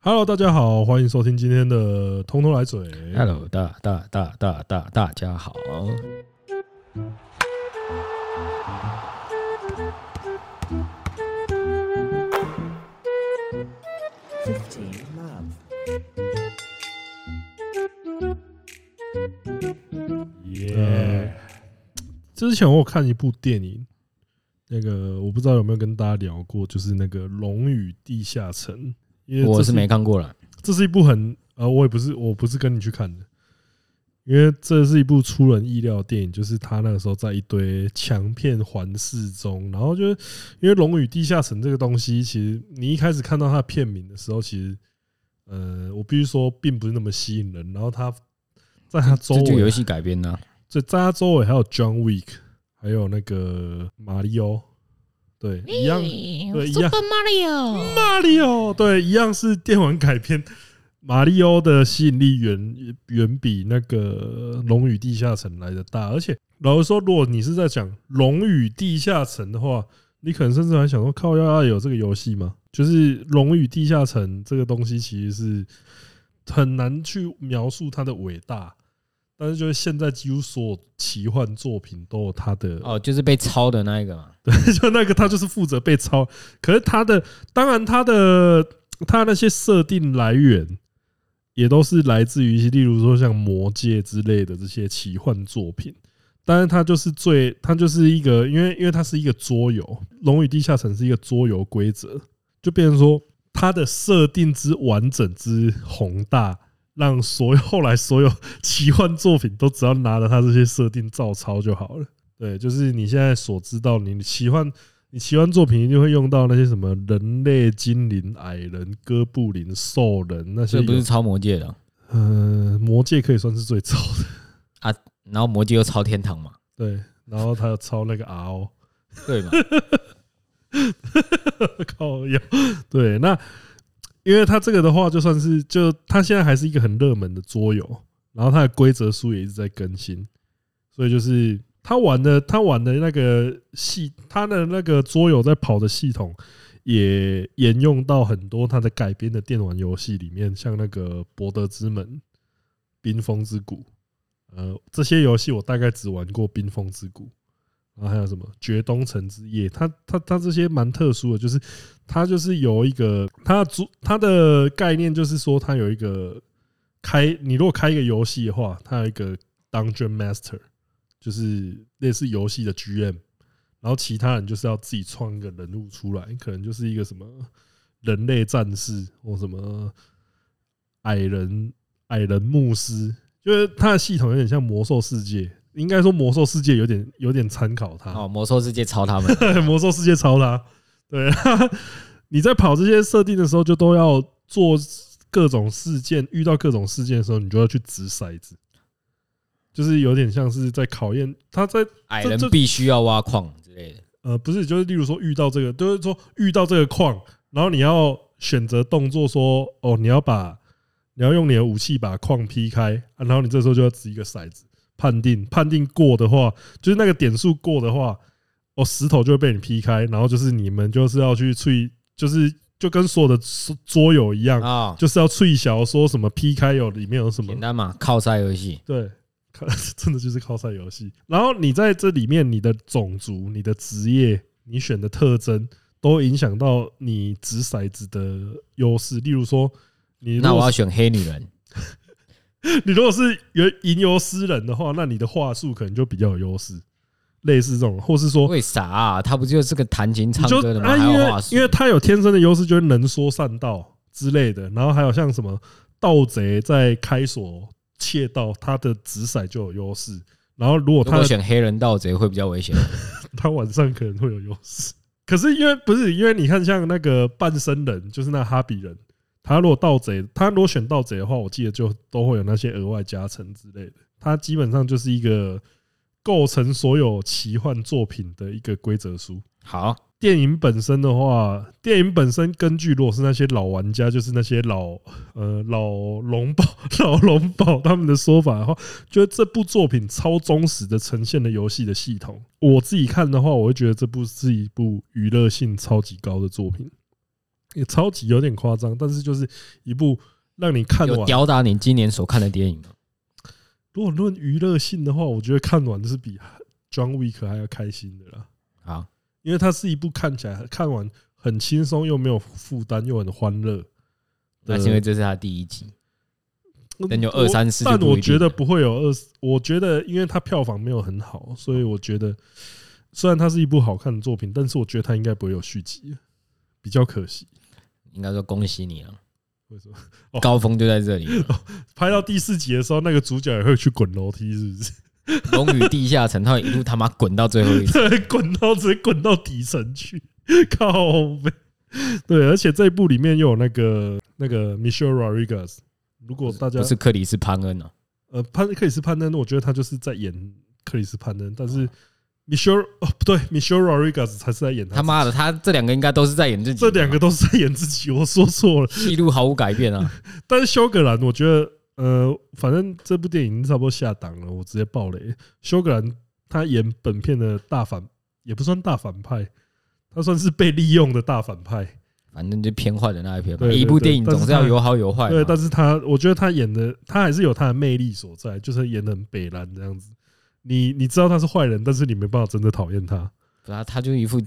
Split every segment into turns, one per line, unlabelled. Hello，大家好，欢迎收听今天的《通通来嘴》。
Hello，大大大大大大家好。
15 love.
呃，之前我有看一部电影，那个我不知道有没有跟大家聊过，就是那个《龙与地下城》，因为这
我是没看过了，
这是一部很呃，我也不是我不是跟你去看的，因为这是一部出人意料的电影，就是他那个时候在一堆强片环视中，然后就是因为《龙与地下城》这个东西，其实你一开始看到它的片名的时候，其实呃，我必须说并不是那么吸引人，然后它在它 周
这就游
围，
戏改编呢、
这在它周围还有 John Wick，还有那个马里奥，对，一样。对一样
Super Mario，
马里奥对，一样是电玩改编。马里奥的吸引力远远比那个《龙与地下城》来的大，而且老实说，如果你是在讲《龙与地下城》的话，你可能甚至还想说，靠，要要有这个游戏吗？就是《龙与地下城》这个东西，其实是很难去描述它的伟大，但是就是现在几乎所有奇幻作品都有它的
哦，就是被抄的那一个嘛。
就那个他就是负责被抄，可是他的当然他的他那些设定来源也都是来自于一些例如说像《魔戒》之类的这些奇幻作品，但是他就是最他就是一个因为因为它是一个桌游，《龙与地下城》是一个桌游规则，就变成说它的设定之完整之宏大。让所有后来所有奇幻作品都只要拿着它这些设定照抄就好了。对，就是你现在所知道，你奇幻，你奇幻作品一定会用到那些什么人类、精灵、矮人、哥布林、兽人那些
这
有。
不是抄魔戒的，
呃，魔界可以算是最早的。
然后魔戒又抄天堂 嘛？
对，然后他有抄那个 RO，
对嘛？
靠腰。对，那因为他这个的话，就算是就他现在还是一个很热门的桌游，然后他的规则书也一直在更新，所以就是他玩的他玩的那个系，他的那个桌游在跑的系统。也沿用到很多他的改编的电玩游戏里面，像那个《博德之门》《冰封之谷》，呃，这些游戏我大概只玩过《冰封之谷》，然后还有什么《绝东城之夜》，它它它这些蛮特殊的，就是它就是有一个它的主它的概念就是说，它有一个开你如果开一个游戏的话，它有一个 Dungeon Master，就是类似游戏的 GM，然后其他人就是要自己创一个人物出来，可能就是一个什么人类战士或什么矮人矮人牧师，就是它的系统有点像魔兽世界。应该说，魔兽世界有点有点参考它
哦，魔兽世界 抄他们。
魔兽世界超他。对， 你在跑这些设定的时候，就都要做各种事件，遇到各种事件的时候，你就要去掷骰子，就是有点像是在考验他在
矮
这
人
这
必须要挖矿之类的。
呃，不是，就是例如说遇到这个，就是说遇到这个矿，然后你要选择动作说，哦，你要把你要用你的武器把矿劈开、啊然后你这时候就要掷一个骰子，判定判定过的话，就是那个点数过的话，哦，石头就会被你劈开，然后就是你们就是要去去，就是就跟所有的桌桌游一样，
啊，
就是要脆小说什么劈开有里面有什么
简单嘛，靠赛游戏。
对，靠真的就是靠赛游戏。然后你在这里面，你的种族、你的职业、你选的特征，都影响到你掷骰子的优势。例如说，你如
那我
果
要
是
选黑女人，
你如果是原吟游诗人的话，那你的话术可能就比较有优势。类似这种，或是说，
为啥啊？她不就是个弹琴
你
唱
就
歌的
啊
吗？还
因
有
为
话术
因为他有天生的优势，就是能说善道之类的。然后还有像什么盗贼在开锁窃盗，他的掷骰就有优势。然后如果
如
他
果
的
选黑人盗贼会比较危险。
他晚上可能会有优势。可是因为不是因为你看像那个半身人，就是那哈比人，他如果盗贼，他如果选盗贼的话，我记得就都会有那些额外加成之类的。他基本上就是一个构成所有奇幻作品的一个规则书。
好，
电影本身的话，电影本身根据如果是那些老玩家，就是那些老呃老龙宝 老龙宝他们的说法的话，觉得这部作品超忠实的呈现了游戏的系统。我自己看的话，我会觉得这部是一部娱乐性超级高的作品，也超级有点夸张，但是就是一部让你看
有
完。
吊打你今年所看的电影吗？
如果论娱乐性的话，我觉得看完是比 John Wick 还要开心的啦，
好，
因为它是一部看起来看完很轻松，又没有负担，又很欢乐。
那
呃
是因为这是他第一集，但就二
我
三四就
但
不一定
我觉得
了
不会有二四，我觉得因为它票房没有很好，所以我觉得虽然它是一部好看的作品，但是我觉得它应该不会有续集，比较可惜。
应该说恭喜你了，
为什么 哦
高峰就在这里了，
拍到第四集的时候，那个主角也会去滚楼梯，是 不是？
龙与地下城，他会一路他妈滚到最后 一层，
对，滚到直接滚到底层去，靠背。对，而且这一部里面又有那个那个 Michelle Rodriguez，如果大家
不是克里斯潘恩哦，
呃，潘克里斯潘恩，我觉得他就是在演克里斯潘恩，但是 Michelle 哦不对，Michelle Rodriguez 才是在演
他
他。
妈的，他这两个应该都是在演自己，
这两个都是在演自己，我说错了。
戏路毫无改变啊，
但是修格兰，我觉得呃，反正这部电影差不多下档了，我直接爆雷。修格兰他演本片的大反，也不算大反派，他算是被利用的大反派。
反正就偏坏的那一篇吧。
对对
一部电影
对但
总
是
是要
他
有好有坏嘛，
对，但是他我觉得他演的他还是有他的魅力所在，就是演的很北蓝这样子。你你知道他是坏人，但是你没办法真的讨厌他。
不然他就一副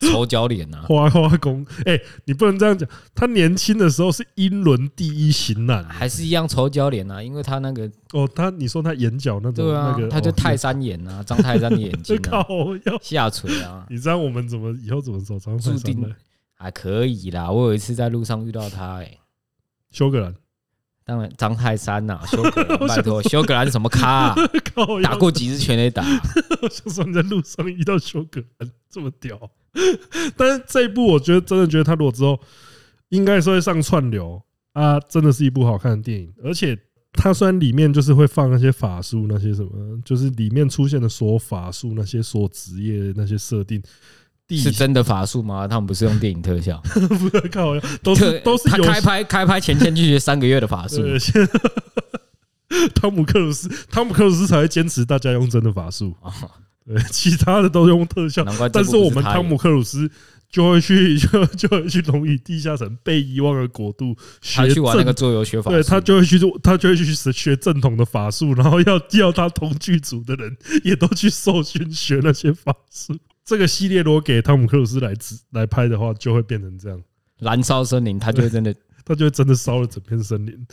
丑角脸啊呐。
花花公，哎、你不能这样讲。他年轻的时候是英伦第一型男
还是一样丑角脸啊，因为他那个
哦。他你说他眼角那种，
对啊
那个，
他就
哦
泰山眼啊，张泰山的眼 睛
靠
啊，
腰
下垂啊，
你知道我们怎么以后怎么走张
注
惠山
定
的？
还可以啦。我有一次在路上遇到他，哎，
修格兰，
当然张泰山 呐，修格兰，拜托，修格兰什么咖啊，
靠腰
打过几次全 垒打，
我想说你在路上遇到修格兰这么屌，但是这一部我觉得真的觉得他如果之后应该是会上串流啊，真的是一部好看的电影，而且。它虽然里面就是会放那些法术那些什么，就是里面出现的所有法术那些所有职业的那些设定，地
是真的法术吗？他们不是用电影特效，
不是靠腰，都
特
是都是
他
游
开
戏。
拍开拍前先去学三个月的法术，
对，现在 汤姆克鲁斯，汤姆克鲁斯才会坚持大家用真的法术，
哦
对， 其他的都用特效。
难怪这
但
部不
是
是
我们
他
汤姆
演
克鲁斯就会去 就就会去龙与地下城被遗忘的国度学
他去玩那个
正
桌游学法术，
对他就会去做，他就会去学学正统的法术，然后要要他同剧组的人也都去受训学那些法术。这个系列如果给汤姆克鲁斯来指来拍的话，就会变成这样。
燃烧森林，他就会真的
他就会真的烧了整片森林。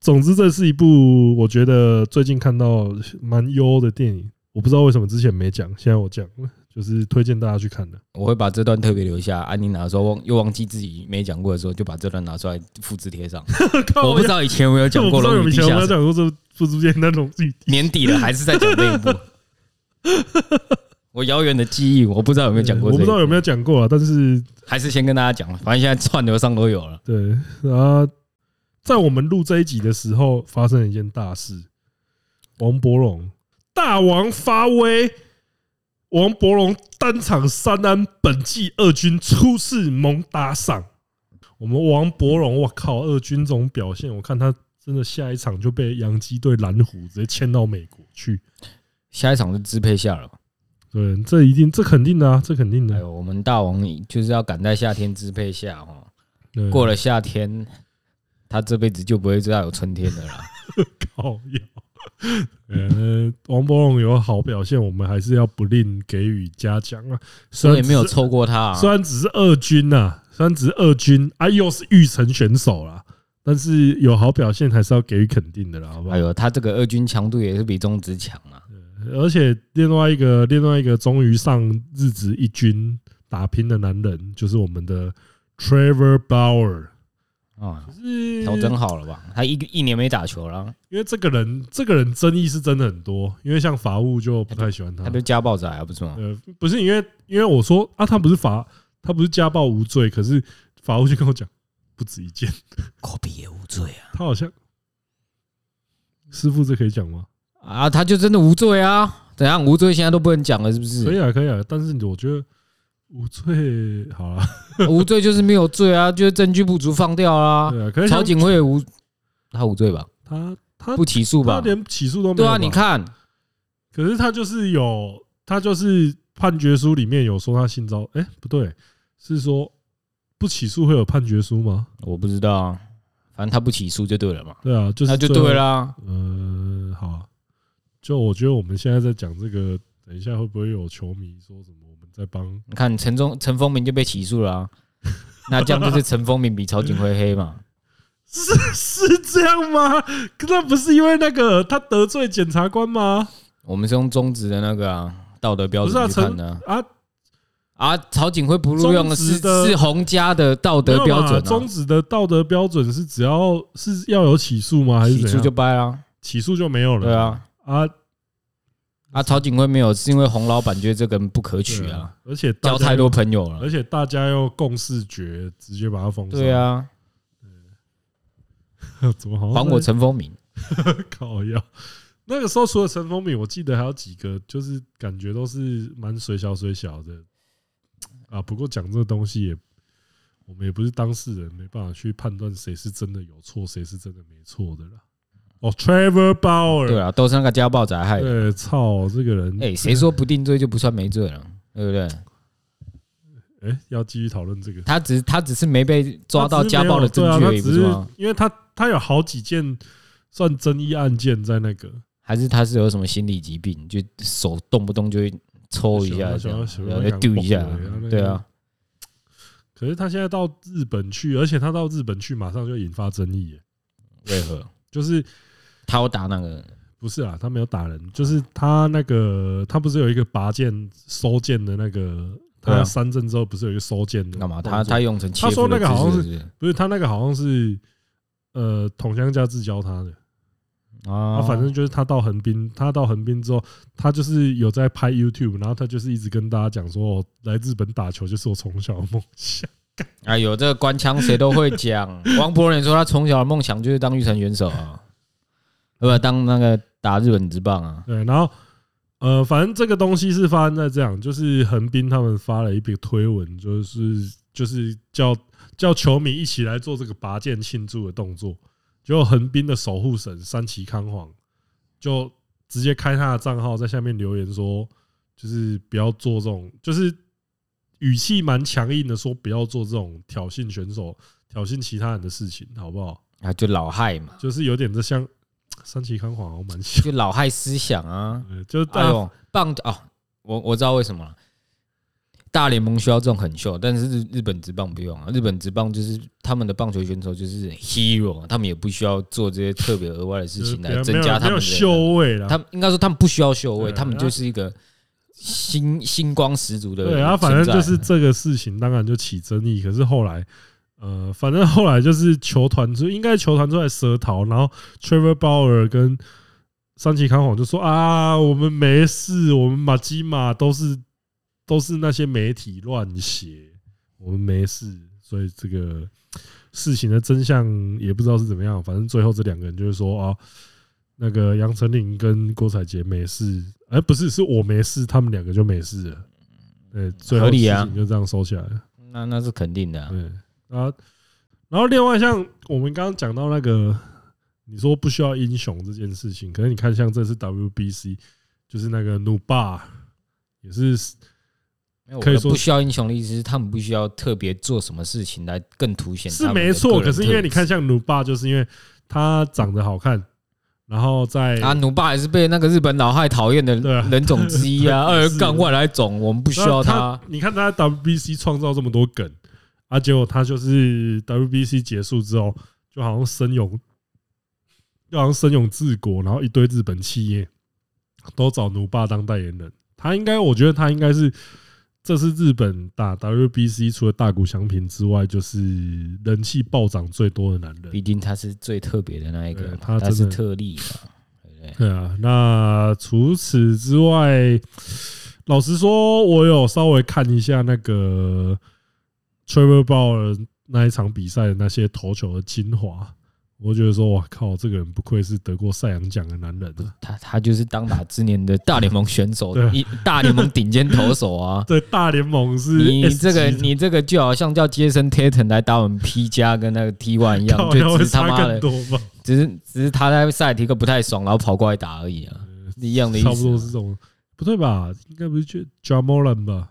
总之，这是一部我觉得最近看到蛮优的电影。我不知道为什么之前没讲，现在我讲了，就是推荐大家去看 的。
我会把这段特别留下，安妮拿的时候忘又忘记自己没讲过的时候，就把这段拿出来复制贴 上。我不知道以前有没有讲
我
过
不知道
龙
有
与
以
地
前有没有
下城，
讲过这这部片那种剧，
年底了还是在讲那 一部。我遥远的记忆，我不知道有没有讲过
我不
这个，
知道有没有讲过啊。但是
还是先跟大家讲，反正现在串流上都有了。
对啊，在我们录这一集的时候，发生了一件大事：王伯龙大王发威，王伯龙单场三安，本季二军初次蒙打赏。我们王伯龙，我靠，二军这种表现，我看他真的下一场就被洋基队蓝虎直接签到美国去。
下一场就支配下了。
对，这一定，这肯定的啊，这肯定
哎
的。
呦，我们大王就是要赶在夏天支配下哦，
对
过了夏天，他这辈子就不会再有春天的啦。
靠腰。哦呃，王伯龙有好表现，我们还是要不吝给予嘉奖啊。虽
我也
然
没有
只是，
错过他、啊
虽，然只是二军呐、啊，虽然只是二军啊，又是预成选手啦，但是有好表现还是要给予肯定的啦，好不好
哎？呦，他这个二军强度也是比中职强啊。
而且另外一个，另外一个终于上日职一军打拼的男人，就是我们的 Trevor Bauer。
啊，
是
调整好了吧？他一一年没打球了，
因为这个人，这个人争议是真的很多。因为像法务就不太喜欢他，
他被家暴仔啊，不是吗？
呃，不是因为因为我说啊，他不是法，他不是家暴无罪，可是法务就跟我讲不止一 件，
科比也无罪啊，
他好像师傅这可以讲吗？
啊，他就真的无罪啊？怎样无罪现在都不能讲了，是不
可以
是？
啊，可以啊，但是我觉得无罪好了，
无罪就是没有罪啊，就是证据不足放掉啦。
对啊，可是
曹
像
景辉也无，他无罪吧？
他他
不起诉
他
吧？
连起诉都没
对
有，
啊，你，看
可是他就是有，他就是判决书里面有说他性骚，哎，不对，是说不起诉会有判决书吗？
我不知道啊，反正他不起诉就对了嘛，
对啊，就是
那就
最后
对。啦。
嗯，好啊，就我觉得我们现在在讲这个，等一下会不会有球迷说什么我们在帮？
你看陈忠陈风明就被起诉了、 啊，那这样就是陈风明比曹景辉黑嘛？
是 是这样吗？可那不是因为那个他得罪检察官吗？
我们是用中职的那个啊道德标
不是啊
准去
陈
看的啊
啊，
啊，曹景辉不录用的是
中职的
是洪家的道
没
德
有
标
嘛
准、
宗
啊，
旨的道德标准是只要是要有起诉吗？还是
起
怎
诉
样？
就掰啊，
起诉就没有了。
对啊，
啊，
啊，曹景辉没有是因为洪老板觉得这个人不可取
对
啊，，
而且大
交
家
太多朋友了
而，且大家又共视觉，直接把它封杀。
对，啊，
怎么好像
还我陈风明，
哦 靠药。那个时候除了陈风敏，我记得还有几个，就是感觉都是蛮水小水小的啊。不过讲这东西也，我们也不是当事人，没办法去判断谁是真的有错，谁是真的没错的啦。哦，Trevor
对
Bauer，
啊，都是那个家暴宅害的，
对，操，这个人，
哎，谁说不定罪就不算没罪了，对不对？
哎，要继续讨论这个，
他只他只是没被抓到家暴的证
他
据而已，
只
不
是
是
没有对
吗
啊，他？只是因为他他有好几件算争议案件在那个，
还是他是有什么心理疾病，就手动不动就会抽一下，这
想
样
要想要
对啊
想要
就丢一下
想要那个，
对啊，
可是他现在到日本去，而且他到日本去马上就引发争议啊耶，
为何
就是
他要打那个？
不是啊？他没有打人，就是他那个他不是有一个拔剑收剑的那个，
对啊
他三阵之后不是有一个收剑的
干嘛？
动
他
作
他用成切
他说
腹的
那个好像
姿势是
不是他那个好像是呃桶香家自教他的，
不是啊
啊，反正就是他到横滨，他到横滨之后，他就是有在拍 YouTube，然后他就是一直跟大家讲说，哦来日本打球就是我从小的梦想。
哎呦，这个官腔谁都会 讲。王柏人说他从小的梦想就是当玉成元首啊， 呃不当那个打日本职棒啊。
对，然后呃，反正这个东西是发生在这样，就是横滨他们发了一篇推文，就是就是叫叫球迷一起来做这个拔剑庆祝的动作，结果横滨的守护神山崎康皇就直接开他的账号在下面留言说，就是不要做这种，就是语气蛮强硬的说不要做这种挑衅选手、挑衅其他人的事情，好不好？
啊，就老害嘛，
就是有点这像山崎康皇，我蛮像
就老害思想啊。
的，就是大
哎
家
呦，棒哦，我我知道为什么了。大联盟需要这种狠秀，但是日日本职棒不用啊。日本职棒就是他们的棒球选手就是 hero，他们也不需要做这些特别额外的事
就是
情
没
来
有
增加他
没
们
有
的。
修为啦。
他们应该说他们不需要秀位，
对
他们就是一个星星光十足的存在。
对啊，反正就是这个事情，当然就起争议。可是后来，呃，反正后来就是球团就应该球团出来蛇逃，然后 Trevor Bauer 跟山崎康晃就说啊，我们没事，我们马基马都是都是那些媒体乱写，我们没事，所以这个事情的真相也不知道是怎么样。反正最后这两个人就是说啊，那个杨丞琳跟郭采洁没事，哎、不是，是我没事，他们两个就没事了。对，最后
合理啊
事情就这样收起来了。
那那是肯定的、啊。
对，然后然后另外像我们刚刚讲到那个，你说不需要英雄这件事情，可是你看像这次 WBC，就是那个努爸也是
因为我
可以
的
说
不需要英雄的意思是，他们不需要特别做什么事情来更凸显。
是没错，可是因为你看，像努爸，就是因为他长得好看，然后在
啊，努爸还是被那个日本老害讨厌的
对啊
人种之一 啊，
对
二
是
杠外来种，我们不需要
他
他。，
你看他在 WBC 创造这么多梗，啊，结果他就是 WBC 结束之后，就好像深勇，就好像深勇治国，然后一堆日本企业都找努爸当代言人。他应该，我觉得他应该是，这是日本打 WBC 除了大谷翔平之外，就是人气暴涨最多的男人。
毕竟他是最特别的那一个
对
嘛，
他
他是
真的
特例嘛，对不对？
对啊，那除此之外，老实说，我有稍微看一下那个 Trevor Bauer 那一场比赛的那些投球的精华，我觉得说，哇靠，这个人不愧是得过赛扬奖的男人啊！
他他就是当打之年的大联盟选手
对，。
一 大联盟顶尖投手啊
对，大联盟是
你
S
这个
级的
你这个就好像叫杰森 Tatum 来打我们 P 加跟那个 T one 一样，
靠那
就
会
只是他
差
妈
更
的，
多吧，
只是只是他在赛提克不太爽，然后跑过来打而已啊，一样的意思
差
啊。
不多是这种，不对吧？应该不是 Jamoran 吧？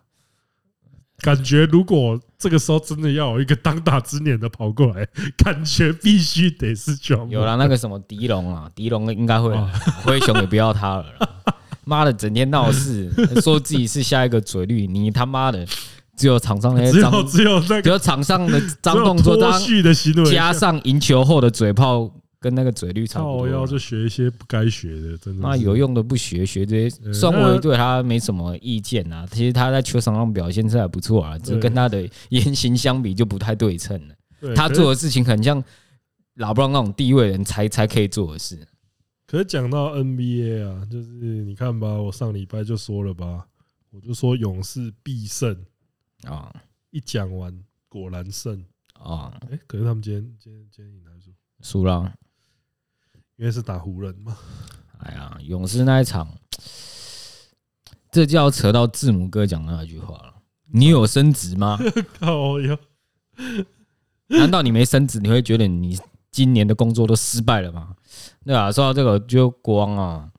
感觉如果这个时候真的要有一个当打之年的跑过来， 感觉必须得是乔莫。
有啦，那个什么迪龙 啊，迪龙应该会来， 灰熊也不要他了 啦。妈的，整天闹 事，说自己是下一个嘴绿，你他妈的只有场上那些
只
脏
有，只有那
只
个
有场上的
只
脏
有
动作，
脱
加
序的行为，
加上赢球后的嘴炮，跟那个嘴绿差不
靠
多
腰
了。
就学一些不该学的，真的是。
妈有用的不学，学这些。
嗯
算我也对他没什么意见啊，其实他在球场上表现是还不错啊，只是
对
跟他的言行相比就不太对称了。
对
他
可是
做的事情很像老布朗那种地位人才才可以做的事。
可是讲到 NBA 啊，就是你看吧，我上礼拜就说了吧，我就说勇士必胜，
啊
一讲完果然胜。
啊，
哎、可是他们今天今天今天赢还是输？
输了。
因为是打湖人嘛。
哎呀，勇士那一场，这就要扯到字母哥讲的那句话了。你有升职吗？
靠腰，
难道你没升职，你会觉得你今年的工作都失败了吗？对啊，说到这个，就国王啊，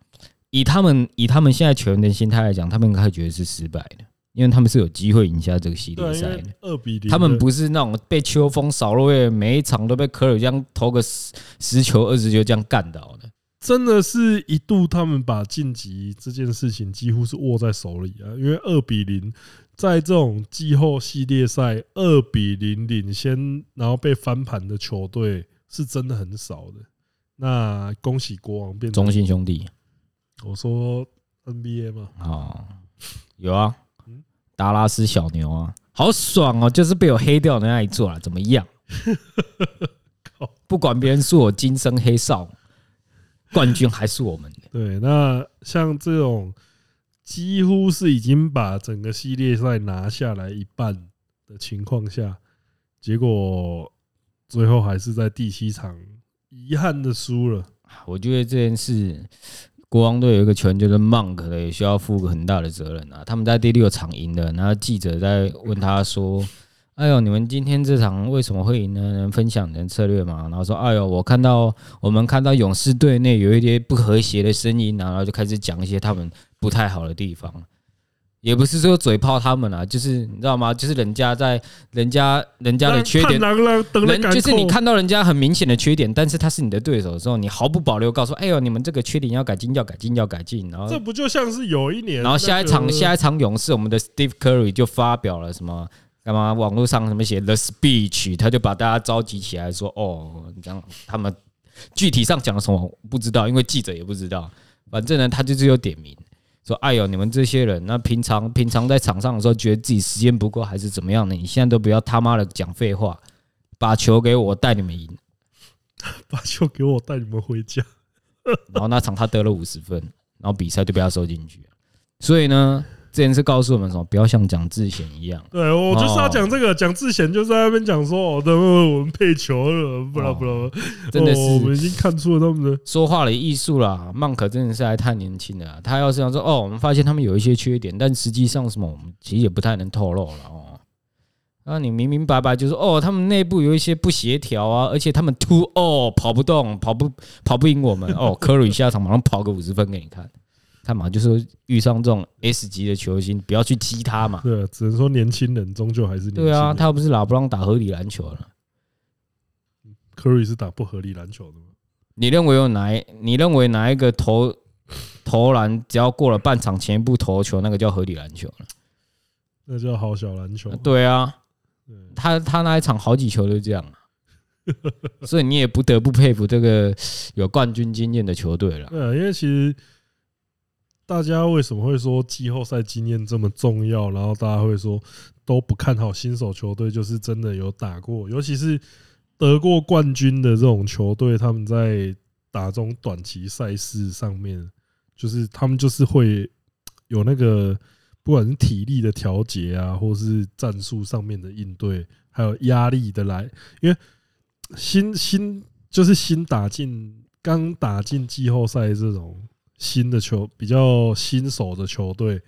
以他们以他们现在球员的心态来讲，他们应该会觉得是失败的，因为他们是有机会赢下这个系
对啊，
列
因
赛
为
的。
二比零，
他们不是那种被秋风扫落叶，每一场都被科尔这样投个十十球、二十球这样干倒的。
真的是一度他们把晋级这件事情几乎是握在手里啊，因为二比零在这种季后系列赛二比零领先，然后被翻盘的球队是真的很少的。那恭喜国王变成
中信兄弟，
我说 NBA 嘛，
哦，有啊
嗯，
达拉斯小牛啊，好爽哦！就是被我黑掉的那一座啊，怎么样？不管别人说我今生黑哨，冠军还是我们的。
对，那像这种几乎是已经把整个系列赛拿下来一半的情况下，结果最后还是在第七场遗憾的输了。
啊我觉得这件事，国王队有一个球员就是 Monk 的，也需要负很大的责任啊。他们在第六场赢的，然后记者在问他说：“哎呦，你们今天这场为什么会赢呢？能分享你的策略吗？”然后说：“哎呦，我看到我们看到勇士队内有一些不和谐的声音啊，然后就开始讲一些他们不太好的地方。”也不是说嘴炮他们啊，就是你知道吗？就是人家在人家人家的啊缺点
但看人等
人就是你，看到人家很明显的缺点，但是他是你的对手的时候，你毫不保留告诉，哎呦，你们这个缺点要改进，要改进，要改进。然
这
后，
不就像是有一年那个，
然后下一场下
一
一场勇士，我们的 Steve Curry 就发表了什么干嘛？网络上什么写 The Speech，他就把大家召集起来说，哦，这样他们具体上讲了什么我不知道，因为记者也不知道。反正呢，他就是有点名说，哎呦，你们这些人，那平常平常在场上的时候，觉得自己时间不够还是怎么样呢？你现在都不要他妈的讲废话，把球给我，带你们赢。
把球给我带你们回家，
然后那场他得了五十分，然后比赛就被他收进去了。所以呢，这件事告诉我们什么？不要像蒋志贤一样，
对我就是要讲这个，蒋志贤就在那边讲说，哦，等会我们配球了，不啦
哦
不啦，
真的
哦我们
是
已经看出了他们的
说话的艺术啦。曼可真的是还太年轻了啊、他要是想说哦，我们发现他们有一些缺点，但实际上什么，我们其实也不太能透露了哦。那你明明白白就是哦，他们内部有一些不协调啊，而且他们 too 哦跑不动，跑不跑不赢我们哦。科瑞下场马上跑个五十分给你看，看嘛，就是遇上这种 S 级的球星，不要去激他嘛。
对，只能说年轻人终究还是年轻
对
人。
啊，他又不是老布朗打合理篮球了。
Curry 是打不合理篮球的嘛？
你认为有哪一？你认为哪一个投投篮只要过了半场前一步投球，那个叫合理篮球了？
那叫好小篮球。
对啊，
对
他他那一场好几球都这样 啊、所以你也不得不佩服这个有冠军经验的球队了。
对啊，因为其实大家为什么会说季后赛经验这么重要？然后大家会说都不看好新手球队，就是真的有打过，尤其是得过冠军的这种球队，他们在打这种短期赛事上面，就是他们就是会有那个。不管是体力的调节啊，或是战术上面的应对，还有压力的来，因为新新就是新打进刚打进季后赛这种新的球比较新手的球队，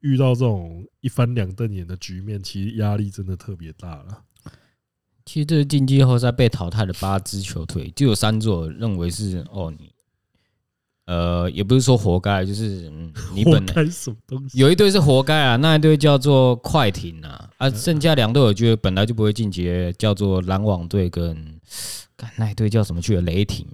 遇到这种一翻两瞪眼的局面，其实压力真的特别大了。
其实这是进季后赛被淘汰的八支球队，就有三座认为是哦，你呃，也不是说活该，就是嗯， 你
活
本来
该什么东西？
有一队是活该啊，那一队叫做快艇啊，啊，剩下两队我觉得本来就不会晋级，叫做篮网队跟，干那一队叫什么去了？雷霆，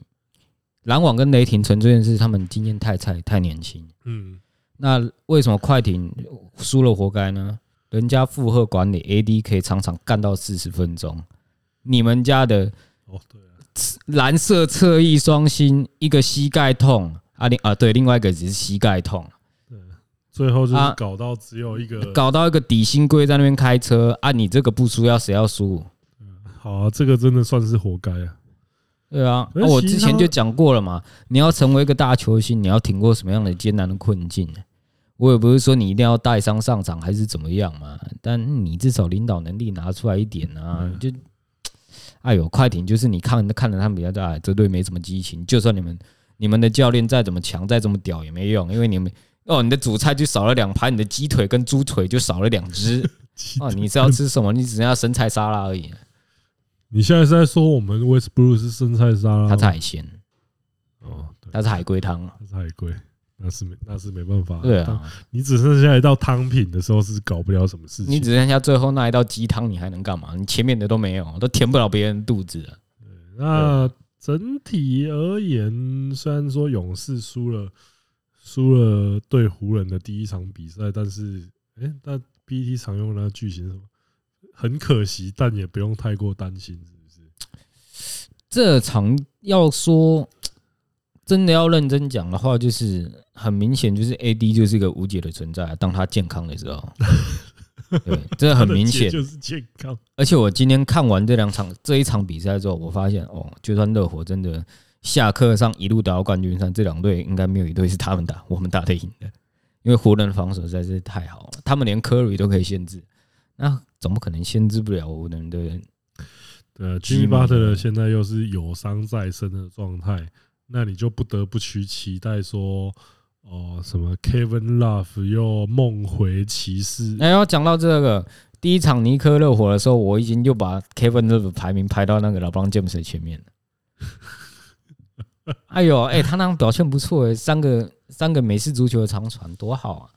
篮网跟雷霆纯粹是他们经验太菜，太年轻。
嗯，
那为什么快艇输了活该呢？人家负荷管理 AD 可以常常干到四十分钟，你们家的
哦，对啊，
蓝色侧翼双星一个膝盖痛啊，另啊对，另外一个只是膝盖痛，
最后就是
啊
搞到只有一个。
搞到一个底薪龟在那边开车啊，你这个不输要谁要输？
好啊，这个真的算是活该啊。
对啊，
可是
那我
其实
之
他
前就讲过了嘛，你要成为一个大球星，你要挺过什么样的艰难的困境？我也不是说你一定要带伤上场还是怎么样嘛，但你至少领导能力拿出来一点啊！
嗯
就，哎呦，快艇就是你看看着他们比较大，哎这队没什么激情，就算你们你们的教练再怎么强，再怎么屌也没用，因为你们哦，你的主菜就少了两盘，你的鸡腿跟猪腿就少了两只 哦，你是要吃什么？你只剩下生菜沙拉而已，
哦你现在是在说我们 Westbrook 是生菜沙拉吗？
它是海鲜，
哦，对，
它是海龟汤，啊
它是海龟，那是没那哦是没办法。
对
当
啊。
你只剩下一道汤品的时候是搞不了什么事情。
你只剩下最后那一道鸡汤，你还能干嘛？你前面的都没有，都填不了别人肚子了。
那整体而言，虽然说勇士输了，输了对湖人的第一场比赛，但是，哎、那 BT 常用的那个句型是什么？很可惜，但也不用太过担心，是不是？
这场要说真的要认真讲的话，就是很明显，就是 AD 就是一个无解的存在。当他健康的时 候，对，这很明
他的解。
显
就是健康。
而且我今天看完这两场这一场比赛之后，我发现哦，就算热火真的下课上一路打到冠军赛，这两队应该没有一队是他们打我们打得赢的，因为湖人防守实在是太好了，他们连科里都可以限制，那怎么可能限制不了湖人队？
呃 g
嗯
b u t l 现在又是有伤在身的状态，那你就不得不去期待说，哦、什么 Kevin Love 又梦回骑士，
那要讲到这个第一场尼克热火的时候，我已经就把 Kevin Love 排名排到那个老帮 James 的前面了。 哎呦，哎、他那样表现不错、欸，三个三个美式足球的长传多好啊！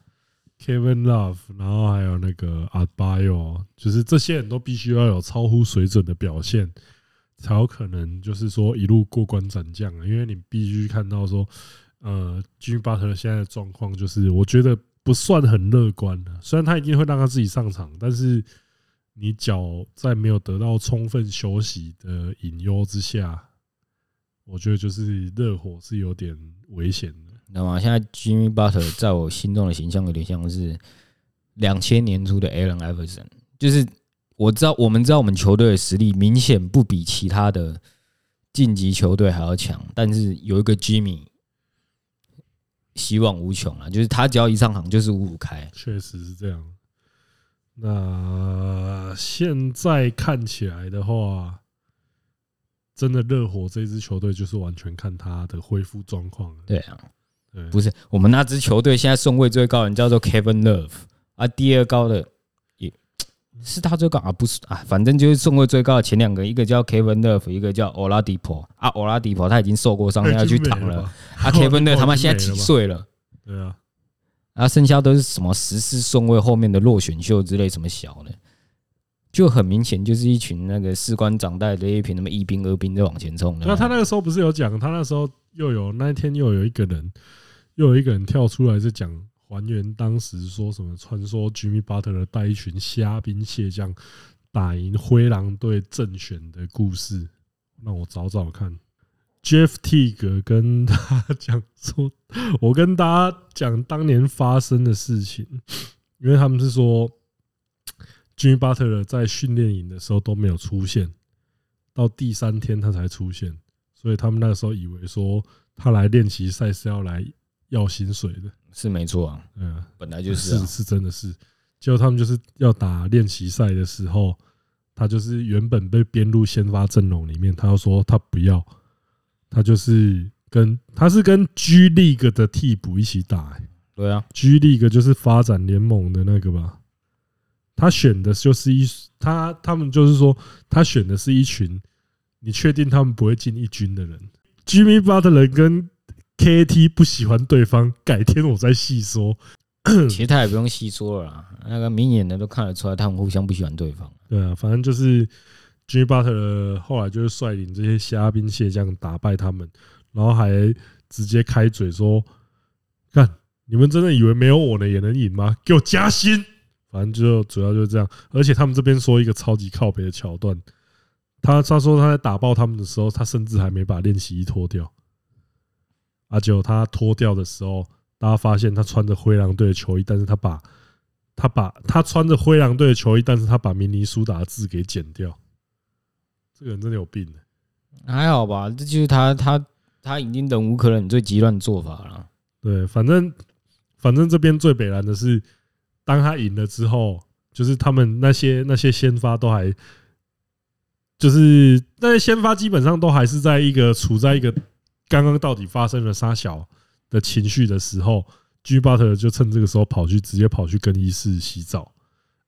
Kevin Love，然后还有那个 a b a y o 就是这些人都必须要有超乎水准的表现，才有可能就是说一路过关斩将啊。因为你必须看到说，呃 j i m Butler 现在的状况就是，我觉得不算很乐观的。虽然他一定会让他自己上场，但是你脚在没有得到充分休息的隐忧之下，我觉得就是热火是有点危险的。
你知道吗？现在 Jimmy Butler 在我心中的形象有点像是两千年初的 Allen Iverson，就是我知道我们知道我们球队的实力明显不比其他的晋级球队还要强，但是有一个 Jimmy，希望无穷啊！就是他只要一上场就是五五开，
确实是这样。那现在看起来的话，真的热火这支球队就是完全看他的恢复状况了。
对啊，
对，
不是我们那支球队现在顺位最高的人叫做 Kevin Love 啊，第二高的也是他最高啊，不是啊，反正就是顺位最高的前两个，一个叫 Kevin Love，一个叫 Oladipo 啊，Oladipo 他已经受过伤，
他已
要去
哎经没
躺
了
了
吧？
啊，Kevin Love 他妈
已经没了
现在几
吧
岁了？
对啊，
啊，剩下都是什么十四顺位后面的落选秀之类什么小的，就很明显就是一群那个士官长带着一群什么一兵二兵在往前冲的。
那他那个时候不是有讲，他那时候又有那一天又有一个人，又有一个人跳出来是讲还原当时说什么传说 Jimmy Butler 带一群虾兵蟹将打赢灰狼队正选的故事，让我找找看。Jeff T 格跟他讲说，我跟大家讲当年发生的事情，因为他们是说 Jimmy Butler 在训练营的时候都没有出现，到第三天他才出现，所以他们那个时候以为说他来练习赛是要来要薪水的，
是没错啊，
嗯，
本来就 是
是
啊，
是真的是，结果他们就是要打练习赛的时候，他就是原本被编入先发阵容里面，他要说他不要，他就是跟他是跟 G League 的替补一起打、欸
对啊，
G League 就是发展联盟的那个吧？他选的就是一他他们就是说他选的是一群，你确定他们不会进一军的人？Jimmy Butler 跟 KT 不喜欢对方，改天我再细说。嗯
其实他也不用细说了啦，那个明眼的都看得出来，他们互相不喜欢对方。
对啊，反正就是 Jimmy Butler 后来就是率领这些虾兵蟹将打败他们，然后还直接开嘴说：“看你们真的以为没有我呢也能赢吗？给我加薪！”反正就主要就是这样。而且他们这边说一个超级靠北的桥段，他他说他在打爆他们的时候，他甚至还没把练习衣脱掉。阿九他脱掉的时候，大家发现他穿着灰狼队的球衣，但是他把他把他穿着灰狼队的球衣，但是他把明尼苏达的字给剪掉。这个人真的有病、欸、
还好吧，这就是他他他已经忍无可忍最极端的做法了。
对，反正反正这边最北蓝的是，当他赢了之后，就是他们那些那些先发都还，就是那些先发基本上都还是在一个处在一个刚刚到底发生了啥小的情绪的时候，G Butter 就趁这个时候跑去直接跑去更衣室洗澡。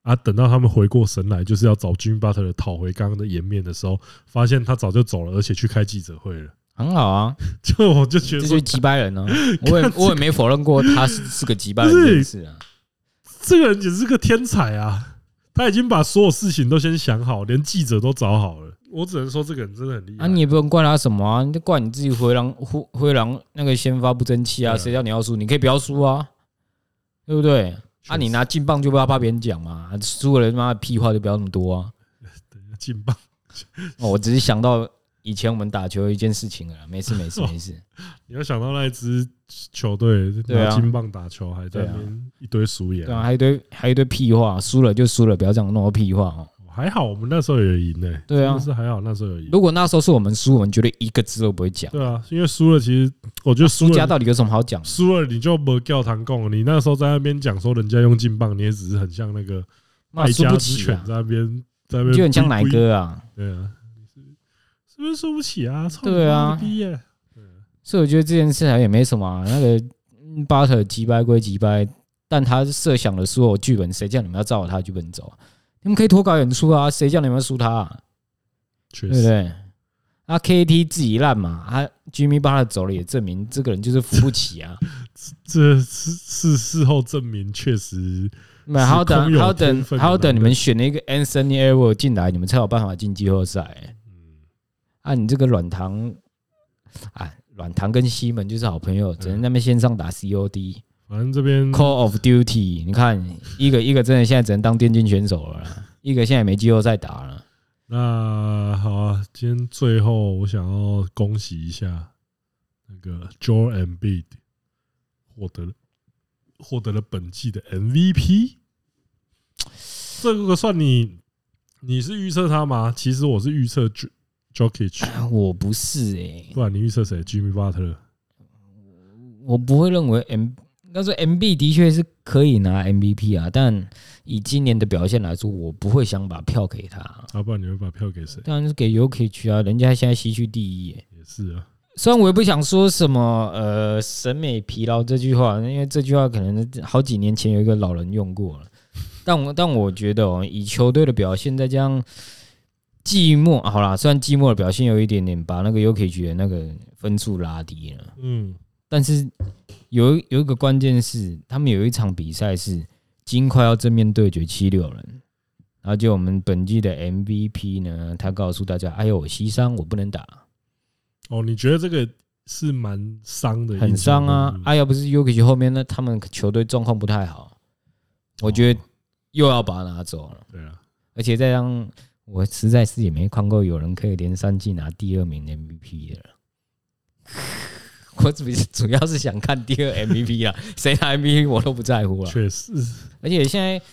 啊，等到他们回过神来，就是要找 Jim Butler 讨回刚刚的颜面的时候，发现他早就走了，而且去开记者会了。
很好啊，
就我就觉得
这就
说
是击败 人啊！我也我也没否认过他是是个击败人
不是
这件事啊。
这个人简直是个天才啊！他已经把所有事情都先想好，连记者都找好了。我只能说，这个人真的很厉害。
啊，你也不用怪他什么啊，你就怪你自己灰狼灰灰狼那个先发不争气啊，
对啊
谁叫你要输？你可以不要输啊，对不对？
确
啊，你
实
拿劲棒就不要怕别人讲嘛，啊输了他妈的屁话就不要那么多啊。
劲爆，
哦，我只是想到以前我们打球的一件事情啊，没事 没事
哦
没事，
你要想到那一支球队
对啊
拿金棒打球，还在那边一堆俗言
对。啊，还有一堆还有一堆屁话，输了就输了，不要讲那么多屁话哦。
还好我们那时候有赢呢。
对啊
真的是还好那时候有赢。
如果那时候是我们输，我们绝对一个字都不会讲。
对啊，因为输了，其实我觉得输
啊输家
了
到底有什么好讲？
输了你就没教堂供，你那时候在那边讲说人家用劲棒，你也只是很像那个
那
败
输
家
不
之
起
犬
啊，
在那边在那边，
就很像奶？哥啊。
对啊，是不是输不起啊？操
对
你妈
啊
的逼耶！
所以我觉得这件事好像也没什么啊、那个嗯巴特击败归击败，但他设想的所有剧本，谁叫你们要照着他的剧本走啊？你们可以脱稿演出啊，谁叫你们要输他、啊，
确
对不
实，
对？啊，KT 自己烂嘛，啊，Jimmy 巴特走了也证明这个人就是扶不起啊。
这事事事后证明确实
没有，还要等，
空
还
有
要等
天，分的
还要等
男
你
人
们选了一个 Anthony e v e r 进来，你们才有办法进季后赛、
嗯
啊，你这个软糖，啊，软糖跟西门就是好朋友，
嗯
只能在那边线上打 COD。
反正这边
Call of Duty，你看一个一个真的现在只能当电竞选手了啦，一个现在没季后赛打了。
那好啊，今天最后我想要恭喜一下那个 Joel m b i d 获得了获得了本季的 MVP，这个算你你是预测他吗？其实我是预测 J- Jokic，
啊我不是诶、
不然你预测谁？Jimmy Butler
我不会认为 M，但是 MB 的确是可以拿 MVP 啊，但以今年的表现来说，我不会想把票给他。
啊，不然你会把票给谁？
当然是给 u k i c 啊，人家现在西区第一、耶。
也是啊，
虽然我也不想说什么呃审美疲劳这句话，因为这句话可能好几年前有一个老人用过了，但我但我觉得哦，以球队的表现再加上寂寞，啊好啦，虽然寂寞的表现有一点点把那个 u k 局的那个分数拉低了，
嗯，
但是有有一个关键是，他们有一场比赛是金块要正面对决七六人，然后就我们本季的 MVP 呢，他告诉大家，哎呦，我膝伤，我不能打。
哦，你觉得这个是蛮伤的，
很伤啊！
哎，
哎呀，不是 UK 后面那他们球队状况不太好，我觉
哦
得又要把他拿走了，
对啊，
而且再让我实在是也没看过有人可以连三季拿第二名的 MVP 的了。 我主主要是想看第二 MVP 啊，谁拿 MVP 我都不在乎了。
啊
啊
确实，
而且现在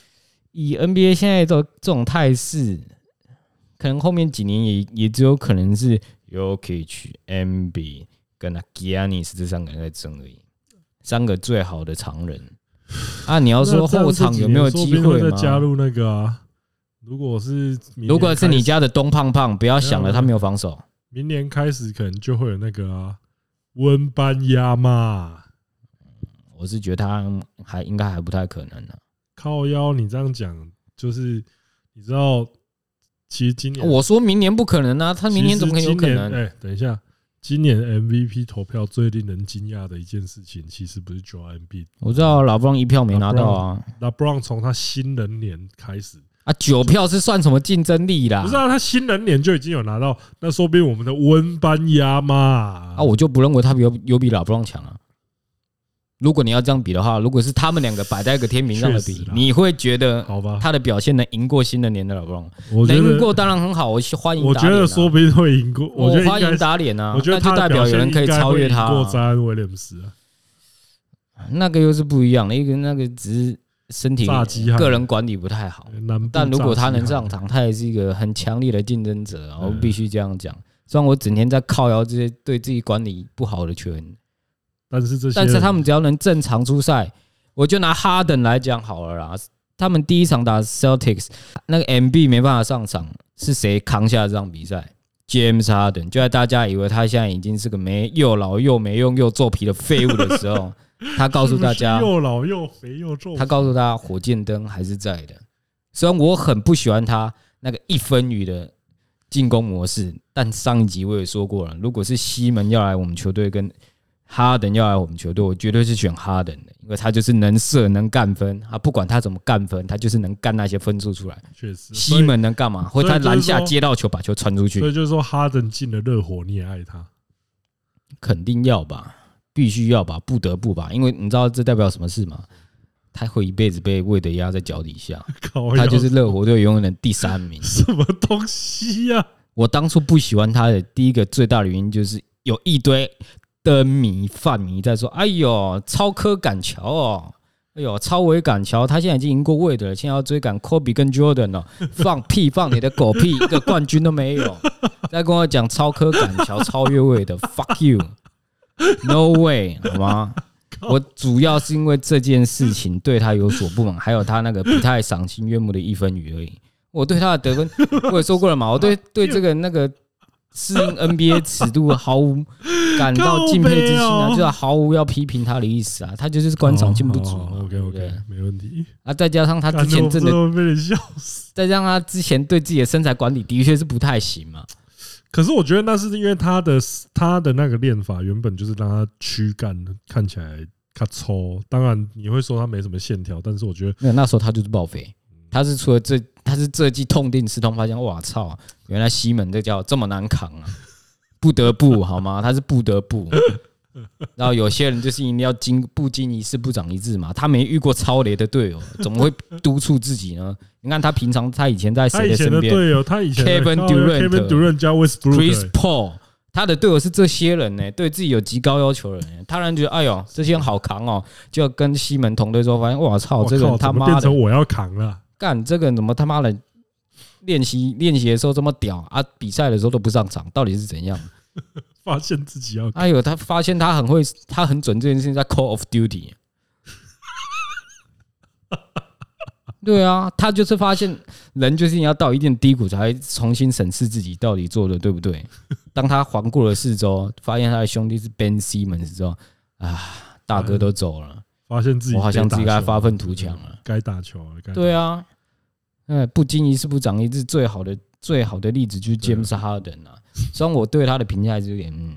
以 NBA 现在的这种态势，可能后面几年也也只有可能是 u k i c MB 跟 Giannis 这三个人在争而已，三个最好的常人。啊，你要说
那这样
后
这
场
几
有
年
没有
说不
机
定
会
再
吗？
加入那个啊，如果是明年
如果是你
开始，
家的东胖胖，不要想
没
了，
有
他没有防守。
明年开始可能就会有那个啊，温班亚嘛。
我是觉得他还应该还不太可能的、
靠腰，你这样讲就是你知道，其实今年
我说明年不可能啊，他明年怎么可能有
其
可
实今
能？
年哎，等一下，今年 MVP 投票最令人惊讶的一件事情，其实不是 Joel Embiid，
我知道老布朗一票没拿到啊，
LeBron 从他新人年开始，
啊九票是算什么竞争力啦
不？是啊，他新人年就已经有拿到，那说不定我们的温班亚嘛，
啊，我就不认为他比有比老布朗强啊。如果你要这样比的话，如果是他们两个摆在一个天平上的
确
比
实啦，
你会觉得
好吧，
他的表现能赢过新的年的老布朗，
我觉
能赢
得
过当然很好，我是欢迎
我
打
觉
脸啊。哦
得说不定会赢过，
我
觉得
欢
应
迎
该，
打脸啊，
我觉得
那就
他
代
的表
表有
现
人可以
应该
超
会
越他
赢
啊、
过詹安威廉姆斯啊，
那个又是不一样的，一个那个只是身体
炸鸡汉
个人管理不太好，
南部
但如果他能
炸鸡汉
上场，他也是一个很强力的竞争者啊，我
嗯
必须这样讲。虽然我整天在靠摇这些对自己管理不好的球员，
但是这些，
但是他们只要能正常出赛，我就拿哈登来讲好了啦。他们第一场打 Celtics，那个 MB 没办法上场，是谁扛下这场比赛？James Harden，就在大家以为他现在已经是个没又老又没用又皱皮的废物的时候，他告诉大家
是不是又老又肥又重，
他告诉大家，火箭灯还是在的。虽然我很不喜欢他那个一分雨的进攻模式，但上一集我也说过了，如果是西门要来我们球队跟哈登要来我们球队，我绝对是选哈登的，因为他就是能射能干分啊，不管他怎么干分，他就是能干那些分数出来。
确实
西，门能干嘛？
所
会
以
他
就是
篮下
说
接到球把球传出
所以所
去，
以就是说哈登进了热火，你也爱他，
肯定要吧，必须要吧，不得不吧，因为你知道这代表什么事吗？他会一辈子被魏德压在脚底下。
靠
他
腰。
就是热火队永远的第三名
什么东西呀、
我当初不喜欢他的第一个最大的原因就是有一堆灯迷、饭迷在说：“哎呦，超科赶乔哦，哎呦，超维赶乔，他现在已经赢过魏德了，现在要追赶 Kobe 跟 Jordan 了、放屁， 放你的狗屁，一个冠军都没有。”再跟我讲超科赶乔超越魏德 ，fuck you，no way，好吗？我主要是因为这件事情对他有所不满，还有他那个不太赏心悦目的一分雨而已。我对他 的得分，我也说过了嘛，我对对这个那个适应 NBA 尺度毫无感到敬佩之心啊，
靠背哦
就是毫无要批评他的意思啊，他就是观赏性不足嘛。
哦 OK
对不对
OK，没问题。
啊，再加上他之前
干
真
我
的，
会被你笑死。
再加上他之前对自己的身材管理的确是不太行嘛。
可是我觉得那是因为他的他的那个练法原本就是让他躯干看起来他抽，当然你会说他没什么线条，但是我觉得
没有，那时候他就是报废。
嗯
他是除了这，他是这季痛定思痛，发现哇操，原来西门这叫这么难扛啊！ 不得不好吗？他是不得不。然后有些人就是一定要经不经一事不长一智嘛，他没遇过超雷的队友，怎么会督促自己呢？你看他平常他以前在
他
谁
以
的
前的
身边
队友，他以前的
Kevin
靠背
Durant
Kevin Durant 加 Westbrook，
？Chris
欸
Paul，他的队友是这些人呢、对自己有极高要求的人、他然觉得哎呦这些人好扛哦，就跟西门同队之后发现哇操，
我
哦这个
靠，
人他
怎么
妈
变
的
成我要扛了？
干这个人怎么他妈的练习练习的时候这么屌啊，比赛的时候都不上场，到底是怎样？
发现自己要
哎呦，他发现他很会，他很准这件事情在 Call of Duty。对啊，他就是发现人就是要到一定低谷才会重新审视自己到底做的对不对。当他环顾了四周，发现他的兄弟是 Ben Simmons 之后，啊，大哥都走了，
发现自己
我好像
打
自己该
球嗯
发愤图强了。
该打球了，该
对啊，哎，不经一事不长一智，最好的最好的例子就是
对啊
James Harden 啊。虽然我对他的评价还是有点嗯，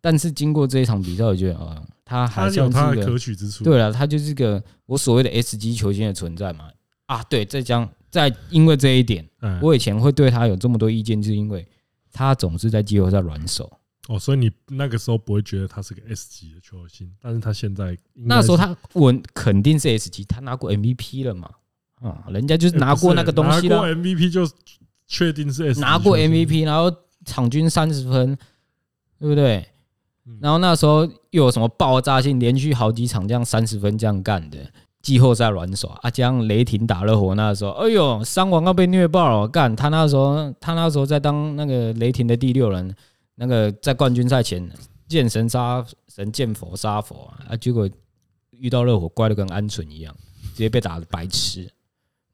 但是经过这一场比赛，我觉得啊、呃他
他
还
有
算
他
是一
的可
个
取之处。
对了，他就是个我所谓的 S 级球星的存在嘛。啊，对，再讲再因为这一点，
嗯，
我以前会对他有这么多意见，就是因为他总是在季后赛软手。
哦，所以你那个时候不会觉得他是个 S 级的球星，但是他现在应该
那时候
是
他稳肯定是 S 级，他拿过 MVP 了嘛。啊、人家就是
哎
拿
不是
过那个东西
拿
了
过，MVP 就确定是 S，
拿过 MVP，然后场均三十分，对不对
嗯？
然后那时候又有什么爆炸性，连续好几场这样三十分这样干的，季后赛软耍啊，这样雷霆打热火那时候，哎呦，伤亡要被虐爆了，干他那时候他那时候在当那个雷霆的第六人，那个在冠军赛前见神杀神，见佛杀佛啊，啊结果遇到热火乖的跟鹌鹑一样，直接被打的白痴。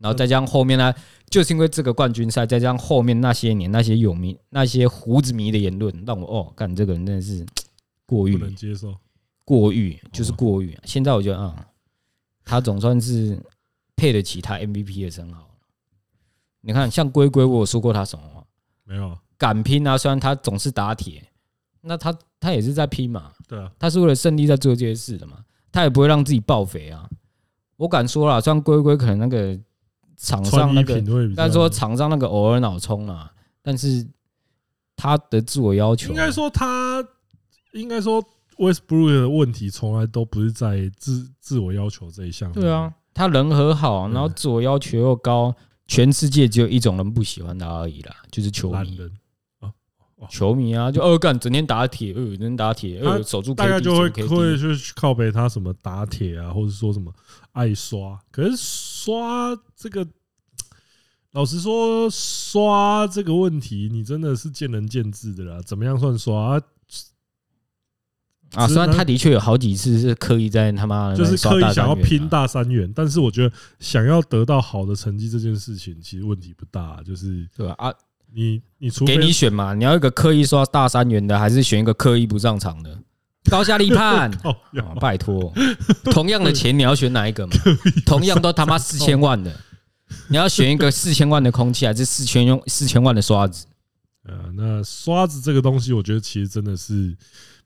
然后再加上后面呢，就是因为这个冠军赛，再加上后面那些年那些有名那些胡子迷的言论，让我哦，干这个人真的是过
不
誉，
能哦接受。
过誉就是过誉。现在我觉得啊、他总算是配得起他 MVP 的称号。你看，像龟龟，我有说过他什么话？
没有，
敢拼啊！虽然他总是打铁，那他他也是在拼嘛，
对啊，
他是为了胜利在做这些事的嘛，他也不会让自己爆肥啊。我敢说啦，穿龟龟可能那个场上
穿
那
衣
个
品味比较。
但说场上那个偶尔脑冲啊，但是他的自我要求，啊
应该说他，应该说 Westbrook 的问题从来都不是在自自我要求这一项。
对啊，，他人和好，
嗯
然后自我要求又高，全世界只有一种人不喜欢他而已啦，就是球
懒
迷。
人
球迷啊，就二干整天打铁，呃，整天打铁，呃，
他
守住 KD，
大概就会
守住 KD
会去靠北他什么打铁啊，或者说什么爱刷。可是刷这个，老实说，刷这个问题，你真的是见仁见智的啦。怎么样算刷？啊
啊。
直
虽然
男
他的确有好几次是刻意在他妈的
就是
刷
刻
大
意想要
单元啊
拼大三元，但是我觉得想要得到好的成绩这件事情，其实问题不大。就是
对吧？啊，
你，你除非
给 你选嘛，你要一个刻意刷大三元的，还是选一个刻意不上场的？高下
，
立判
哦，要
啊拜托，同样的钱你要选哪 一个嘛？同样都他妈四千万的，你要选一个四千万的空气，还是四千用四千万的刷子？
呃，那刷子这个东西，我觉得其实真的是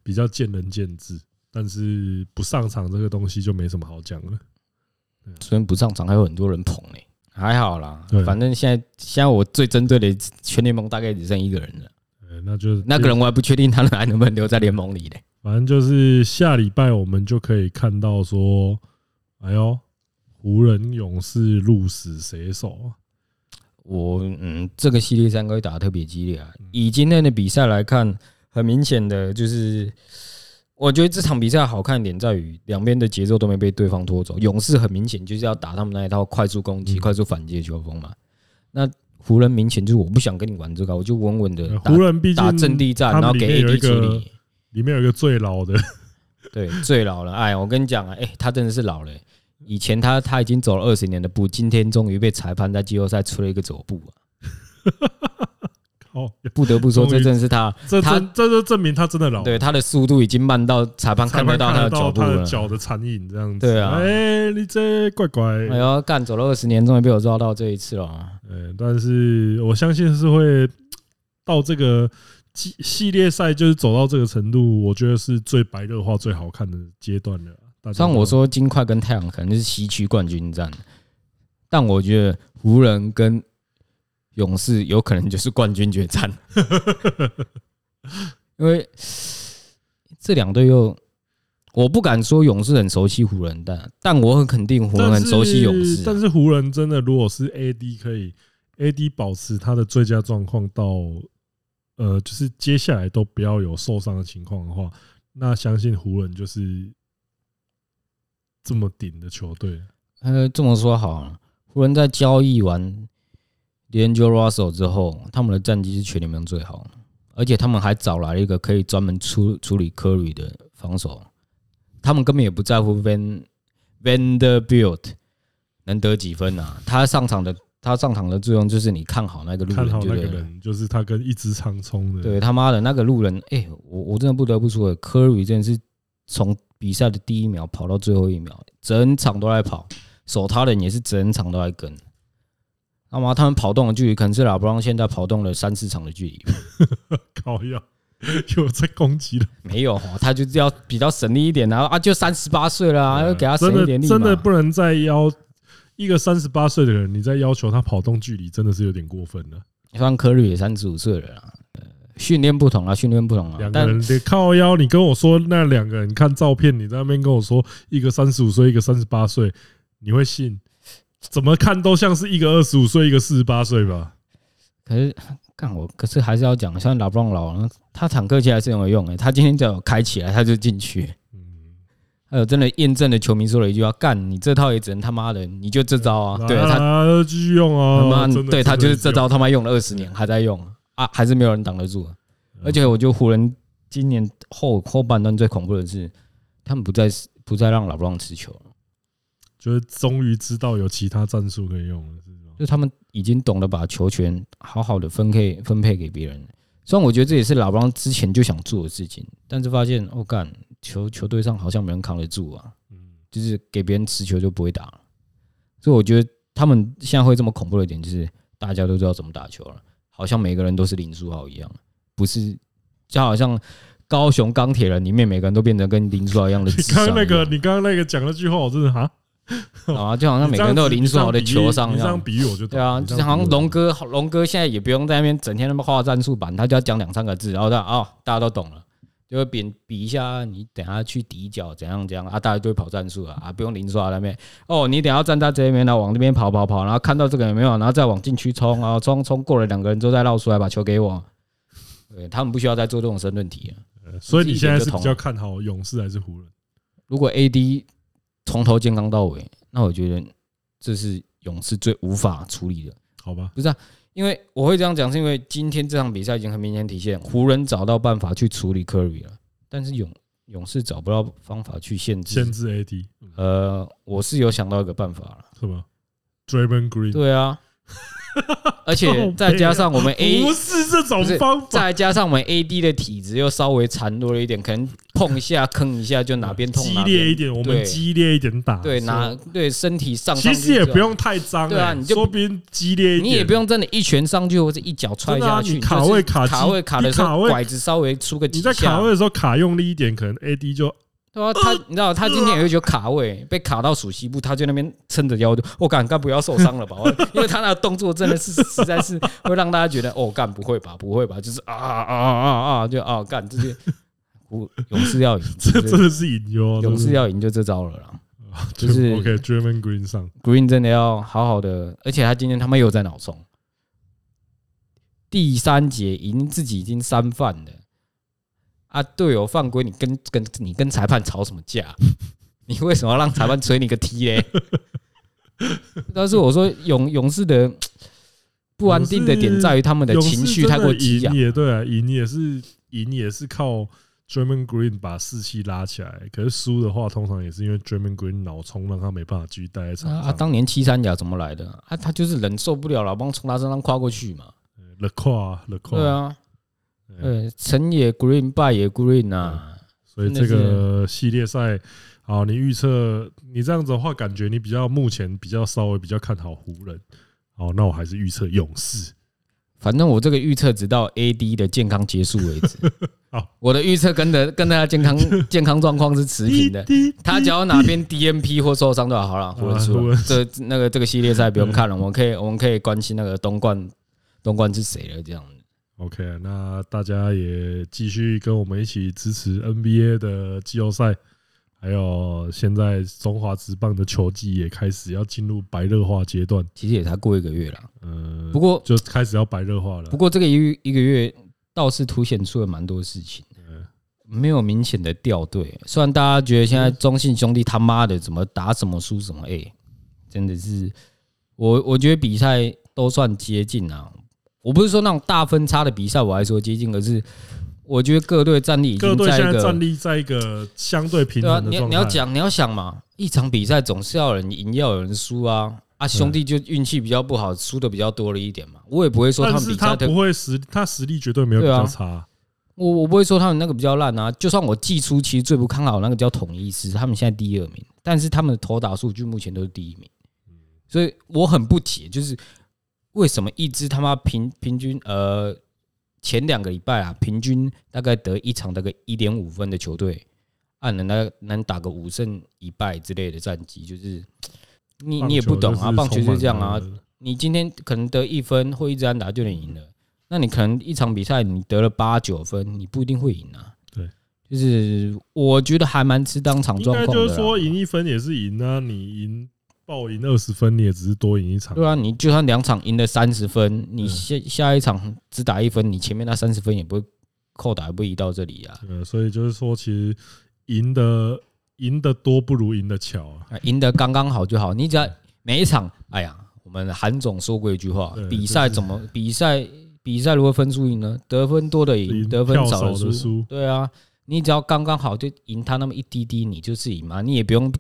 比较见仁见智，但是不上场这个东西就没什么好讲了。
虽然不上场，还有很多人捧呢、还好啦
对。
反正现在现在我最针对的全联盟大概只剩一个人了，
呃，那就
那个人我还不确定他还能不能留在联盟里嘞。
反正就是下礼拜我们就可以看到说，哎呦，湖人、勇士、鹿死谁手啊？
我嗯，这个系列赛应该会打得特别激烈啊。
嗯
以今天的比赛来看，很明显的就是，我觉得这场比赛好看点在于两边的节奏都没被对方拖走。勇士很明显就是要打他们那一套快速攻击、
嗯
快速反击的球风嘛。那湖人明显就是我不想跟你玩这个，我就稳稳的
呃
打
湖人毕
打阵
竟
地战，
他
然后
们里面
给
有一
AD 处
个
理。
里面有一个最老的，
对，最老了。哎，我跟你讲啊，哎，他真的是老了、以前他他已经走了二十年的步，今天终于被裁判在季后赛出了一个走步、啊。
靠，
不得不说，
终于
这真的是他，
哦这
他
证这就证明他真的老，
对，他的速度已经慢到裁判
裁
看不
判
到
看
他的
得
脚
到
步
他的
了。
脚的残影这样子。
对啊
哎，你这怪怪，
哎呦，干走了二十年，终于被我抓到这一次了。
呃，但是我相信是会到这个系系列赛，就是走到这个程度，我觉得是最白热化、最好看的阶段了。大家
虽然我
都，
说金块跟太阳可能是西区冠军战，但我觉得湖人跟勇士有可能就是冠军 决战，因为这两队又。我不敢说勇士很熟悉湖人，但但我很肯定湖人
但
很
是
熟悉勇士啊、
但是湖人真的，如果是 AD 可以 AD 保持他的最佳状况到呃，就是接下来都不要有受伤的情况的话，那相信湖人就是这么顶的球队。
呃，这么说好了，湖人在交易完 d a n g e l Russell 之后，他们的战绩是全联盟最好的，而且他们还找来了一个可以专门处处理 Curry 的防守，他们根本也不在乎 Van Vanderbilt 能得几分啊，他上场的他上场的作用就是你看好那个路
看
人
好
就
那
对
个
了。
人，就是他跟一只长冲的，
对他妈的那个路人，哎、我我真的不得不说，Curry 真的是从比赛的第一秒跑到最后一秒，整场都在跑，守他的人也是整场都在跟。那么他们跑动的距离，可能是老布朗现在跑动了三四场的距离 吧，
靠呀， 有在攻击的。
没有哦，他就是要比较省力一点，然后啊，就三十八岁了、啊，要给他省
真
一
的
点力嘛
真的不能再要一个三十八岁的人，你再要求他跑动距离，真的是有点过分了。
虽然科瑞也三十五岁了啦，呃训练不同啊，训练不同啊
两，个
但
人得靠腰，你跟我说那两个人你看照片，你在那边跟我说一个三十五岁，一个三十八岁，你会信？怎么看都像是一个二十五岁，一个四十八岁吧？
可是 干我，可是还是要讲，像老布朗老了，他坦克其实还是很有用的、他今天只要有开起来，他就进去。
嗯，
还有真的验证了球迷说了一句话：“干你这套也只能他妈的，你就这招啊！”对他
他继续用
他
嗯啊
妈，
真的
对他就是这。
真的
招他妈用了二十年还在用啊，还是没有人挡得住。啊而且我觉得湖人今年后后半段最恐怖的是，他们不再不再让老布朗持球了，
就是终于知道有其他战术可以用了，是吗？
就是他们已经懂得把球权好好的分配分配给别人了。虽然我觉得这也是老布朗之前就想做的事情，但是发现哦干球球队上好像没人扛得住啊，
嗯，
就是给别人持球就不会打了。所以我觉得他们现在会这么恐怖的点，就是大家都知道怎么打球了，好像每个人都是林书豪一样，不是就好像高雄钢铁人里面每个人都变成跟林书豪一样的
你
智
刚刚
商
那
一
个，
样，
你刚刚那个讲那句话，我真的哈，
啊，就好像每个人都有林书豪的球上
你
一
这样
样。
比喻我就懂
对啊，
你这
就
样
好像
比喻我
龙哥，龙哥现在也不用在那边整天那么画战术版，他就要讲两三个字，然后大家哦，大家都懂了，就会比比一下，你等下去底角怎样怎样啊，大家就会跑战术了啊，不用零刷那边哦，你等下站在这边，然后往那边跑跑跑，然后看到这个有没有，然后再往禁区冲，然后冲冲过了两个人之后再绕出来把球给我，对他们不需要再做这种申论题了。
呃所以你现在是比
自己
较
就
看好勇士还是湖人？
如果 AD 从头健康到尾，那我觉得这是勇士最无法处理的。
好吧，
因为我会这样讲，是因为今天这场比赛已经很明显体现湖人找到办法去处理科比了，但是勇勇士找不到方法去限制
限。制 AD 嗯
呃，我是有想到一个办法了，
是吧 d r a m o n Green
对啊，而
靠
且
嗯北啊
再加上 我们 A，
不是这种
哎不是
方法，
再加上我们 AD 的体质又稍微孱弱了一点，可能碰一下坑一下就哪边痛
激
哪
烈
边
一点，我们
对
激烈一点打，
对
是
拿
吧
对身体上，
其实也不，用太脏，
对啊
欸
你就
说不定激烈一点，
你也不用真的一拳上去或者一脚踹
真的啊
下去，
你卡
就是
位卡
卡
击
位卡的
你
时
卡
候
位
拐子稍微出个几
你
下，
在卡位的时候卡用力一点，可能 AD 就
对啊，
呃
他你知道他今天有一球卡
嗯
位被卡到属西部，他就那边 撑着腰就，我干干不要受伤 了吧？我因为他那个动作真的是实在是会让大家觉得哦干不会吧不会吧，就是啊啊啊啊啊就啊干这些， 我勇士要赢，
这
就是
真的是隐忧啊，
勇士
真的
要赢就这招了啦。
是
就是
OK d r a m o n Green 上
Green 真的要好好的，而且他今天他妈又在脑冲，第三节已经自己已经三犯了，啊，队友犯规，你跟跟你跟裁判吵什么架？ 你为什么要让裁判吹你个 T 嘞？ 但是我说勇勇士的不安定的点在于他们的
勇士
情绪
真
太
的
过激
赢
昂，
也对啊，赢也是赢也是靠 d r a m o n Green 把士气拉起来，可是输的话，通常也是因为 d r a m o n Green 脑冲让他没办法继续待在场
啊，
上，
当年七三甲怎么来的？啊，他就是忍受不了老帮从他身上跨过去嘛。
勒胯勒胯，
对，啊，
对
对，成也 Green，败也 Green 啊。
所以这个系列赛。好，你预测你这样子的话，感觉你比较目前比较稍微比较看好湖人。好，那我还是预测勇士。
反正我这个预测直到 AD 的健康结束为止
好。
我的预测跟的跟他的健康 健康状况是持平的。
滴滴
他只要哪边 DNP 或受伤都好好了，湖人输
湖
了
人。
这那个这个系列赛不用看了，我们可以我们可以关心那个东冠东冠是谁了这样。
OK，那大家也继续跟我们一起支持 NBA 的季后赛，还有现在中华职棒的球季也开始要进入白热化阶段，
其实也才过一个月了，
呃，
不过
就开始要白热化了
不。过这个一一个月倒是凸显出了蛮多事情。
嗯
没有明显的掉队，虽然大家觉得现
嗯
在中信兄弟他妈的怎么打什么输什么，哎、真的是我我觉得比赛都算接近啊。我不是说那种大分差的比赛，我还说接近，可是我觉得各队战力已
各
经
队
在
现
一
在
个
战力在一个相对平
对啊，
衡
你
的
要
状
你要
态。
讲你要想嘛，一场比赛总是要有人赢，要有人输啊啊，
嗯
兄弟就运气比较不好，输的比较多了一点嘛。我也不会说他
但
们
是
比
他
赛特
不会实，他实力绝对没有比
对啊
较差。
我我不会说他们那个比较烂啊，就算我季初其实最不看好那个叫统一师，他们现在第二名，但是他们的投打数据目前都是第一名，
嗯
所以我很不解，就是为什么一支他妈平平均呃前两个礼拜啊，平均大概得一场大概一点五分的球队，啊能大概能打个五胜一败之类的战绩，就是你你也不懂啊，棒球
就是是
这样啊
充，满了
你今天可能得一分或一支安打就能赢了，那你可能一场比赛你得了八九分，你不一定会赢啊。
对，
就是我觉得还蛮吃当场
应
状
该
况
就
的啊
是说
啦。
赢一分也是赢啊，你赢爆赢二十分，你也只是多赢一场。
对啊，你就算两场赢了三十分，你
嗯
下下一场只打一分，你前面那三十分也不会扣打，也不会移到这里啊。
呃，所以就是说，其实赢的赢的多不如赢的巧啊。
啊赢得刚刚好就好。你只要每一场，哎呀，我们韩总说过一句话
对：
比赛
就是
怎么比赛？比赛如何分输赢呢？得分多的赢，
赢
得分
票
少
少的
输
输。
对啊，你只要刚刚好就赢他那么一滴滴，你就是赢嘛，你也不用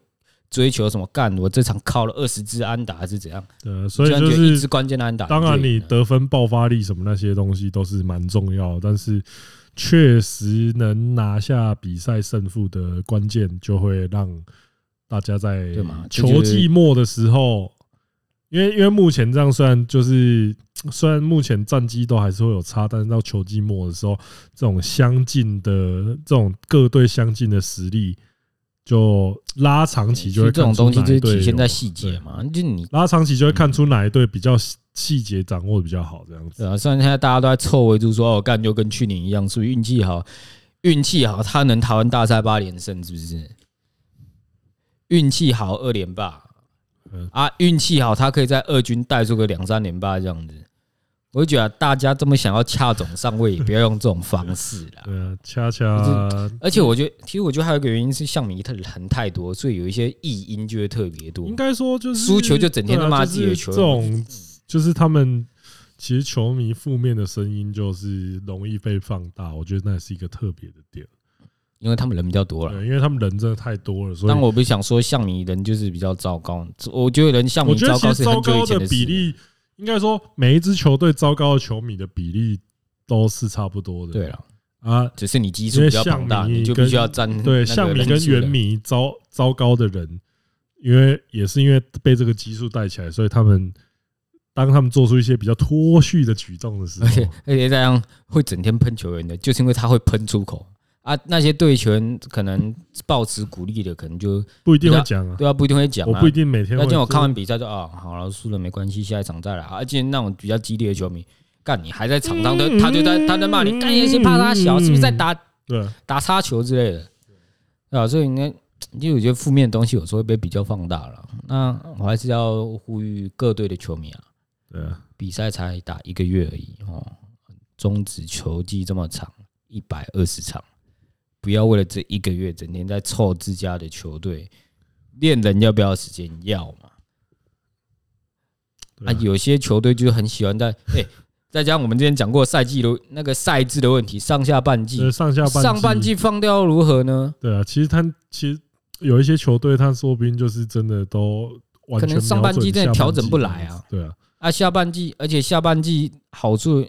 追求什么干。我这场靠了二十支安打还是怎样？
呃，所以
居然
就
觉得一支
是
关键的安打就赢
当
了。
然你得分、爆发力什么那些东西都是蛮重要的，但是确实能拿下比赛胜负的关键，就会让大家在
对嘛这就
球
是
季末的时候，因为因为目前这样算就是虽然目前战绩都还是会有差，但是到球季末的时候，这种相近的这种各队相近的实力，就拉长期
其
就
实
会
这种
看出
东西
哪
就是
一队
体现
有
在细节
对
嘛，就你
拉长期就会看出哪一队比较细细节掌握的比较好，这样子。
对啊，虽然现在大家都在凑围住说，哦，干就跟去年一样，是不是运气好？运气好，他能台湾大赛八连胜，是不是？运气好二连霸
嗯，
啊，运气好，他可以在二军带出个两三连霸这样子。我就觉得大家这么想要恰总上位，也不要用这种方式啦。
对啊，恰恰
而且我觉得，其实我觉得还有一个原因是，像迷特人太多，所以有一些异音就会特别多
应。该说就是
输球就整天他妈自己的球
对啊就是这种就是他们其实球迷负面的声音就是容易被放大，我觉得那也是一个特别的点。
因为他们人比较多了。
对，因为他们人真的太多了，所以
啊但我不是想说像你人就是比较糟糕，我觉得人像你
我觉得
糟
其
糕
实
是
糟
很久
糕
以前
的
的
比
事。
例，应该说每一支球队糟糕的球迷的比例都是差不多的。
对了，
啊，
只是你基
因
数
为
比较庞
像
大，
迷
你就
跟
必须要占
对，像你跟原
米
迷糟糟糕的人，因为也是因为被这个激素带起来，所以他们当他们做出一些比较脱序的举动的时
而且
候，
而且这样会整天喷球员的，就是因为他会喷出口啊。那些对球员可能抱持鼓励的，可能就
不一定会讲啊，
对啊，不一定会讲
我
啊
不一。定每天
那
会做。
今天我看完比赛就啊，好了，输了没关系，下一场再来啊。而且那种比较激烈的球迷，干你还在场上
嗯
的，他就在他在骂你，干一些怕他小，是不是在打
对，
打擦球之类的，对啊，所以呢，就我觉得负面的东西有时候会被比较放大了。那我还是要呼吁各队的球迷啊，
对啊，
比赛才打一个月而已哦，终止球季这么长，一百二十场，不要为了这一个月整天在凑自家的球队，练人要不要时间？要嘛。
对
啊，有些球队就是很喜欢在哎、再加上我们之前讲过赛季的那个赛制的问题，上下半季
就是上下半
上半季放掉如何呢？
对啊，其实他其实有一些球队，他说不定就是真的都完全
可能上半季真的调整不来
瞄准下半
啊
季这样子。
啊，下半季，而且下半季好处，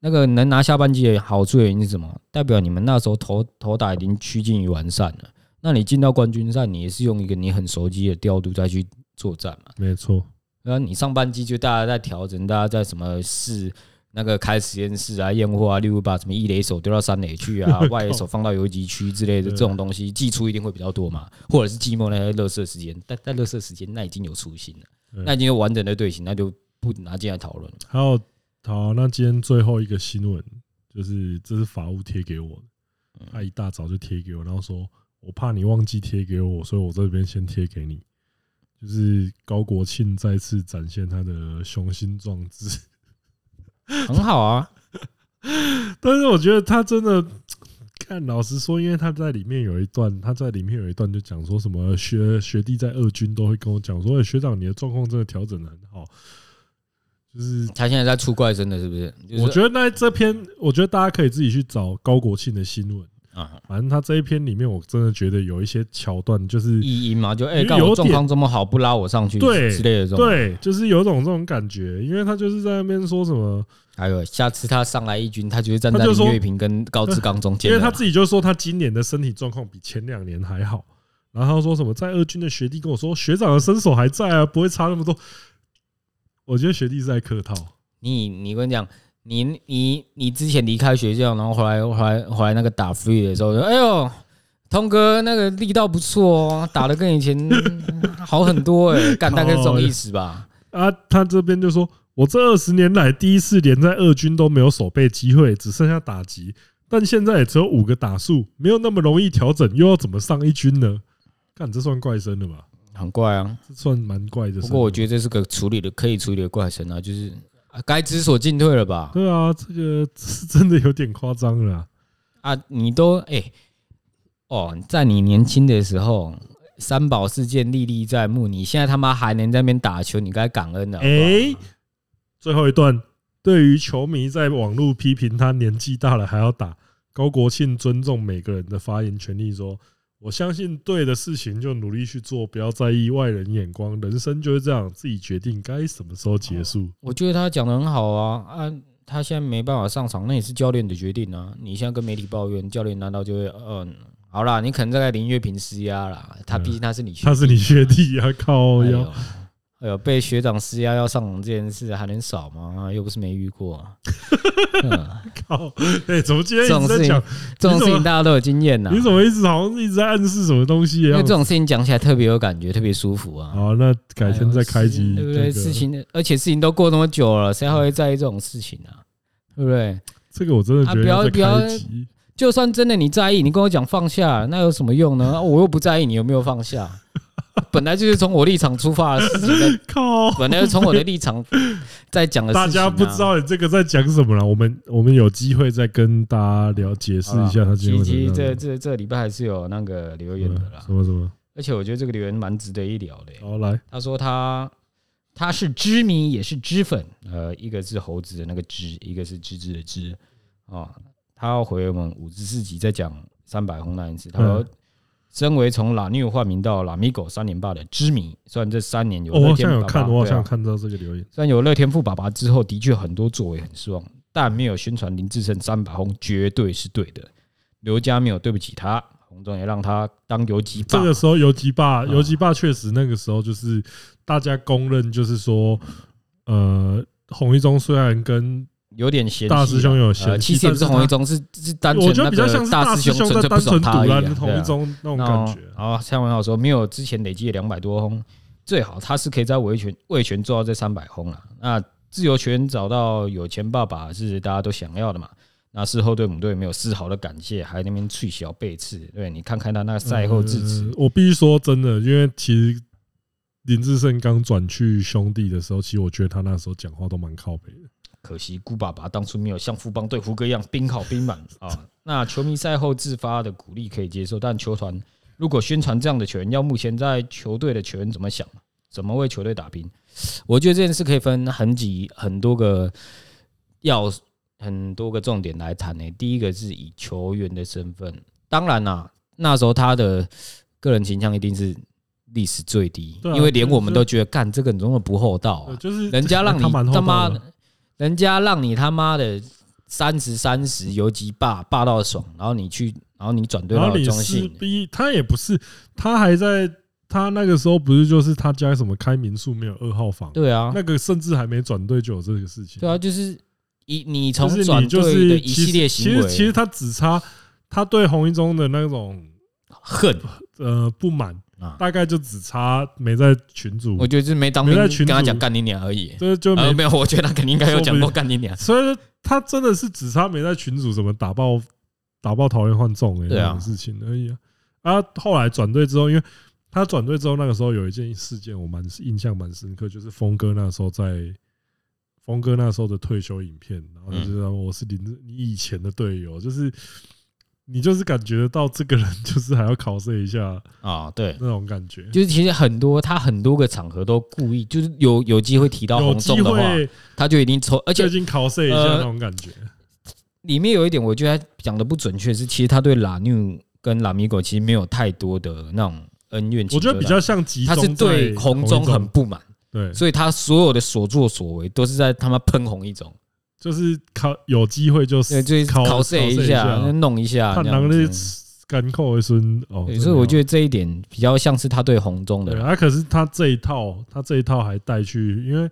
那个能拿下半季的好处原因是什么？代表你们那时候投投打已经趋近于完善了。那你进到冠军赛，你也是用一个你很熟悉的调度再去作战嘛？
对啊，没错，
那你上半季就大家在调整，大家在什么试那个开实验室啊、验货啊，例如把什么一垒手丢到三垒去
，靠
啊外垒手放到游击区之类的
啊
这种东西，季初一定会比较多嘛，或者是季末那些热射时间，但在热射时间那已经有雏形了
对，
那已经有完整的队形，那就不拿进来讨论了。
还有好，那今天最后一个新闻就是，这是法务贴给我的，他一大早就贴给我，然后说我怕你忘记贴给我，所以我这边先贴给你。就是高国庆再次展现他的雄心壮志，
很好啊，
但是我觉得他真的，看老实说，因为他在里面有一段，他在里面有一段就讲说什么学学弟在二军都会跟我讲说，欸学长你的状况真的调整的很好，就是
他现在在出怪声了，是不是？就是、
我觉得那这篇，我觉得大家可以自己去找高国庆的新闻。
啊，
反正他这一篇里面，我真的觉得有一些桥段，就是
意淫嘛，就哎，
有
干、
有
我
点
状况这么好，不拉我上去
对
之类的这种。，
对，就是有种这种感觉，因为他就是在那边说什么，
还有哎下次他上来一军，他就会站
他
在
就
林
说
月平跟高志刚中间
因
了
为
啦，
他自己就说他今年的身体状况比前两年还好，然后他说什么在二军的学弟跟我说，学长的身手还在啊，不会差那么多。我觉得学弟是在客套，
你你跟你讲，你你你之前离开学校，然后回来回来回来那个打 free 的时候，就哎呦，通哥那个力道不错哦，打的跟以前好很多哎、干大概是这种意思吧？
啊，他这边就说，我这二十年来第一次连在二军都没有守备机会，只剩下打击，但现在也只有五个打数，没有那么容易调整，又要怎么上一军呢？看这算怪声了吧？
很怪啊，
这算蛮怪的。
不过我觉得这是个处理的可以处理的怪神啊，就是啊该知所进退了吧？
对啊，这个是真的有点夸张了啊。
啊，你都哎、哦，在你年轻的时候。三宝事件历历在目，你现在他妈还能在那边打球，你该感恩了好不好。
哎，最后一段，对于球迷在网络批评他年纪大了还要打，高国庆尊重每个人的发言权利，说：“我相信对的事情就努力去做，不要在意外人眼光，人生就是这样，自己决定该什么时候结束。
我觉得他讲的很好啊啊！他现在没办法上场，那也是教练的决定啊。你现在跟媒体抱怨，教练难道就会嗯，好啦，你可能在给林月平施压啦。他
对啊
毕竟他是你学弟，
他是你学弟啊，靠
哎呦
腰，
哎呦，被学长施压要上网这件事还能少吗？又不是没遇过、啊嗯
靠，哎，怎么今天
这
一直
种事
在
情
讲？，
这种
你怎
事
么
情大家都有经验呐、
你怎么一直好像一直在暗示什么东西一
因为
样
这？种事情讲起来特别有感觉，特别舒服啊。
好，那改天再开机，
哎呦事情对不对？
这个
事情，而且事情都过那么久了，谁还会在意这种事情啊？对不对？
这个我真的觉
啊
得
不要
再
不要
开机。
就算真的你在意，你跟我讲放下，那有什么用呢？啊我又不在意你有没有放下，本来就是从我立场出发的事情在，
靠！
本来就是从我的立场在讲的事情、啊
大家不知，道你这个在讲什么了，我们我们有机会再跟大家聊解释一下他今天
吉吉
为什么
这
样嗯
这这礼拜还是有那个留言的啦
什，么什么，
而且我觉得这个留言蛮值得一聊的耶、
好来，
他说他他是知迷也是知粉，呃，一个是猴子的那个知，一个是芝芝的芝啊、哦他要回我们五至四集再讲三百红那一次，他说。
嗯
身为从拉妞换名到拉米狗三连霸的知迷，虽然这三年有
哦我
乐
好
天
像有
爸爸
看，我好
对啊
像看到这个留言，
虽然有乐天富爸爸之后，的确很多作为很失望，但没有宣传林志胜
嗯
三百轰绝对是对的。刘家没有对不起他，洪总也让他当游击
这
棒。
个时候游击霸，
嗯
游击霸确实那个时候就是大家公认，就是说，呃，洪一中虽然跟
有点嫌弃啊
大师兄有嫌弃
呃其实也不是
但是他
洪一中，是是单
我
纯
觉得
那
比较像
个
是大
师
师兄
纯
在
粹不
单
爽
纯
他
堵
而已啊。
拦洪一中那种
那
感觉。啊
然后蔡文浩说，没有之前累积的两百多轰，最好他是可以在维权维权做到这三百轰了。那自由权找到有钱爸爸是大家都想要的嘛？那事后对母队没有丝毫的感谢，还那边吹小背刺。对你看看他那赛后致辞
呃，我必须说真的，因为其实林志胜刚转去兄弟的时候，其实我觉得他那时候讲话都蛮靠北的。
可惜顾爸爸当初没有像富邦对胡哥一样冰好冰满啊。 那球迷赛后自发的鼓励可以接受，但球团如果宣传这样的球员，要目前在球队的球员怎么想，怎么为球队打拼？我觉得这件事可以分很几很多个要很多个重点来谈呢。第一个是以球员的身份，当然啦、啊那时候他的个人形象一定是历史最低，
对啊
因为连我们
就是
都觉得干这个你怎么不厚道啊
呃，？就是
人家让你
他蛮厚
他妈
道
的
的，，
人家让你他妈的三十三十游击霸霸到爽，然后你去，然后你转队
然
到
后你
中
撕
信，欸
逼，他也不是，他还在他那个时候不是就是他家什么开民宿没有二号房，
对啊，
那个甚至还没转队就有这个事情。
对啊，就是以你
就
从
是
转
你就
队
是
的一系列
其实其
行
实其实
为
他只差他对洪一中的那种
恨
呃不满
啊，
大概就只差没在群主
我，觉得就是没当兵
没在群
跟他
组
讲干你娘而已。
这就
呃，
没
没有，我觉得他肯定应该有讲过干你娘。
所以他真的是只差没在群主怎么打爆打爆桃园换众哎
对啊
那种事情而已啊。啊，后来转队之后，因为他转队之后，那个时候有一件事件我蛮印象蛮深刻，就是峰哥那时候在峰哥那时候的退休影片，然后他就说我是林志你以前的队友，就是你就是感觉得到这个人就是还要考试一下
啊，对，
那种感觉，
就是其实很多他很多个场合都故意，就是有有机会提到
有
红
机
中的话，
会
他就一定抽，而且
最近考试一下
呃
那种感觉，
里面有一点我觉得他讲的不准确是，其实他对拉纽跟拉米狗其实没有太多的那种恩怨情
我
仇
觉
啦。
得比较像集
他
中
是对
在
红中很不满，
对，
所以他所有的所作所为都是在他妈喷红一种，
就是考有机会就
对，就是
考
考试一下，弄一下
看
这
人
样
的
子。
干扣一孙哦
对，所以我觉
得
得这一点比较像是他对红中的
对
啦，
啊，可是他这一套，他这一套还带去，因为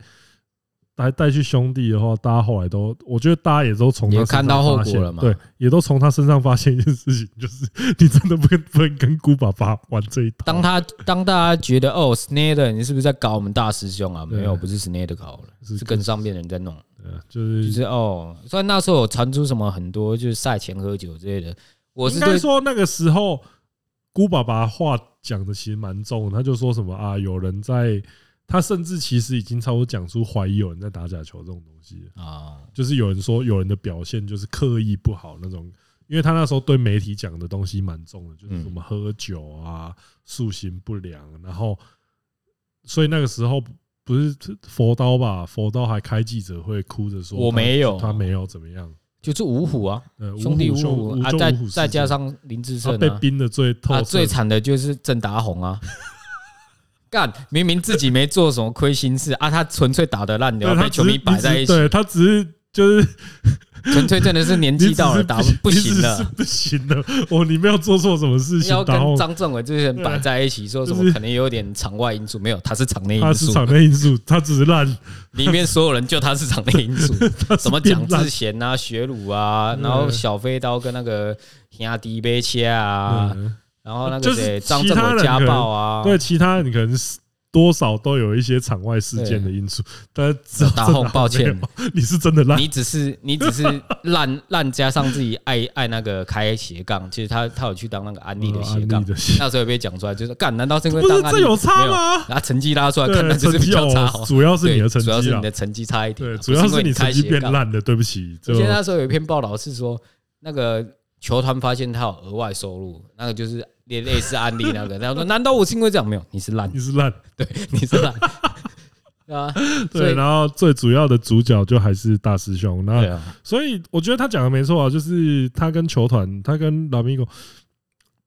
还带去兄弟的话，大家后来都，我觉得大家也都从他
也看到
身上发
后果
现
了嘛
对，也都从他身上发现一件事情，就是 你真的不跟不能跟姑爸爸玩这一套。
当他当大家觉得哦，Snyder 你是不是在搞我们大师兄啊？
对
没有，不是 Snyder 搞了，
是
是跟上面的人在弄。
呃就
就是是哦，虽然那时候有传出什么很多就是赛前喝酒之类的，我是
应该
对
说那个时候姑爸爸话讲的其实蛮重的，他就说什么啊，有人在。他甚至其实已经差不多讲出怀疑有人在打假球这种东西了，
啊，
就是有人说有人的表现就是刻意不好那种，因为他那时候对媒体讲的东西蛮重的，
嗯
就是什么喝酒啊、塑形不良，然后所以那个时候不是佛刀吧？佛刀还开记者会，哭着说
我
他
没有
他没有怎么样，
就是五虎啊，
呃，
兄弟
五
五
虎
虎啊，
就
再
五虎事
再加
件
上林志
他
胜
被
啊，
冰的最透
啊
彻，
最惨的就是郑达宏啊， 干明明自己没做什么亏心事啊，他纯粹打得烂，
对
然后
他
被球
只
迷
是
摆在
你
一
只
起，
对他只是就是
纯粹真的是年
你
纪
只
到了，
是
打不行
你只是
了。
不行了。哦，你没有做错什么事情，
要
然后
跟张政委这些人摆在一起，说什
就
么
是
可能有点场外因素，没有，他是场内
他
因
是
素，
场内因素，他只是烂，
里面所有人就他是场内因素。
他是
什么
变
蒋
烂
志 贤啊、学儒啊，
嗯
然后小飞刀跟那个兄弟杯切啊，
嗯
然后那
就
个
是
谁张
其
政
他
委
人
家
可能
暴啊，
对，其他你可能是多少都有一些场外事件的因素，但是只有
打
这
后
哪
抱歉
没有，你是真的烂，
你只是你只是烂 烂加上自己爱爱那个开斜杠，其实他他有去当那个安利的斜
嗯安
杠
利，啊的斜
那时候也被讲出来，就是干，难道是因为
不是
当安利
这有差
没有？
吗？
拿成绩拉出来看，那
对，
只
成
是比
绩
较差
哦
哦，。
主要是你的成
对主要
绩
是
啦
你，的成绩差一点啊，
对，主要
不
是
因为
成
开
绩
斜
变
杠。
烂了，对不起，就
我记得那时候有一篇报道是说，那个球团发现他有额外收入，那个就是类类似案例那个，他说：“难道我是因为这样没有？你是烂
你，是烂。
你是 烂，对啊，所
对，
以
然后最主要的主角就还是大师兄，那
对啊，
所以我觉得他讲的没错啊，就是他跟球团，他跟拉米狗，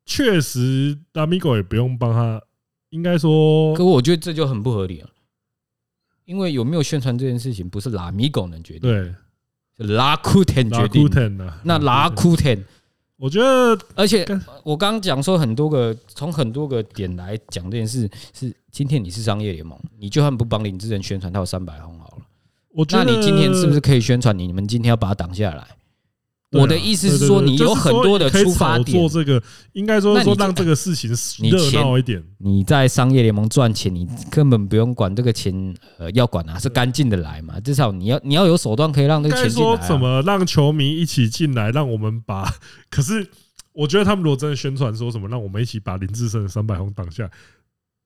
确实拉米狗也不用帮他，应该说
可我觉得这就很不合理了。”啊因为有没有宣传这件事情，不是拉米狗能决定，
对
是拉库嗯腾
拉
决
库
定。
腾啊，
那拉
库，
库腾，
我觉得
而且
干
我刚刚讲说很多个，从很多个点来讲这件事，是今天你是商业联盟，你就算不帮林志仁宣传，他有三百红好了。
我觉
那
得
你今天是不是可以宣传你？你们今天要把它挡下来？
对啊
我的意思是说，
对对对
你有很多的
就是
出
说
发
可以炒作，
点
这个，应该说
那
是
你
说
这
让这个事情
你
热
钱
闹一点，
你在商业联盟赚钱，你根本不用管这个钱，呃，要管啊，是干净的来嘛。至少你要你要有手段可以让这
应
个
该
钱进
说
来、
怎
啊。
么让球迷一起进来，让我们把。 可是我觉得他们如果真的宣传说什么，让我们一起把林志胜的三百红挡下来，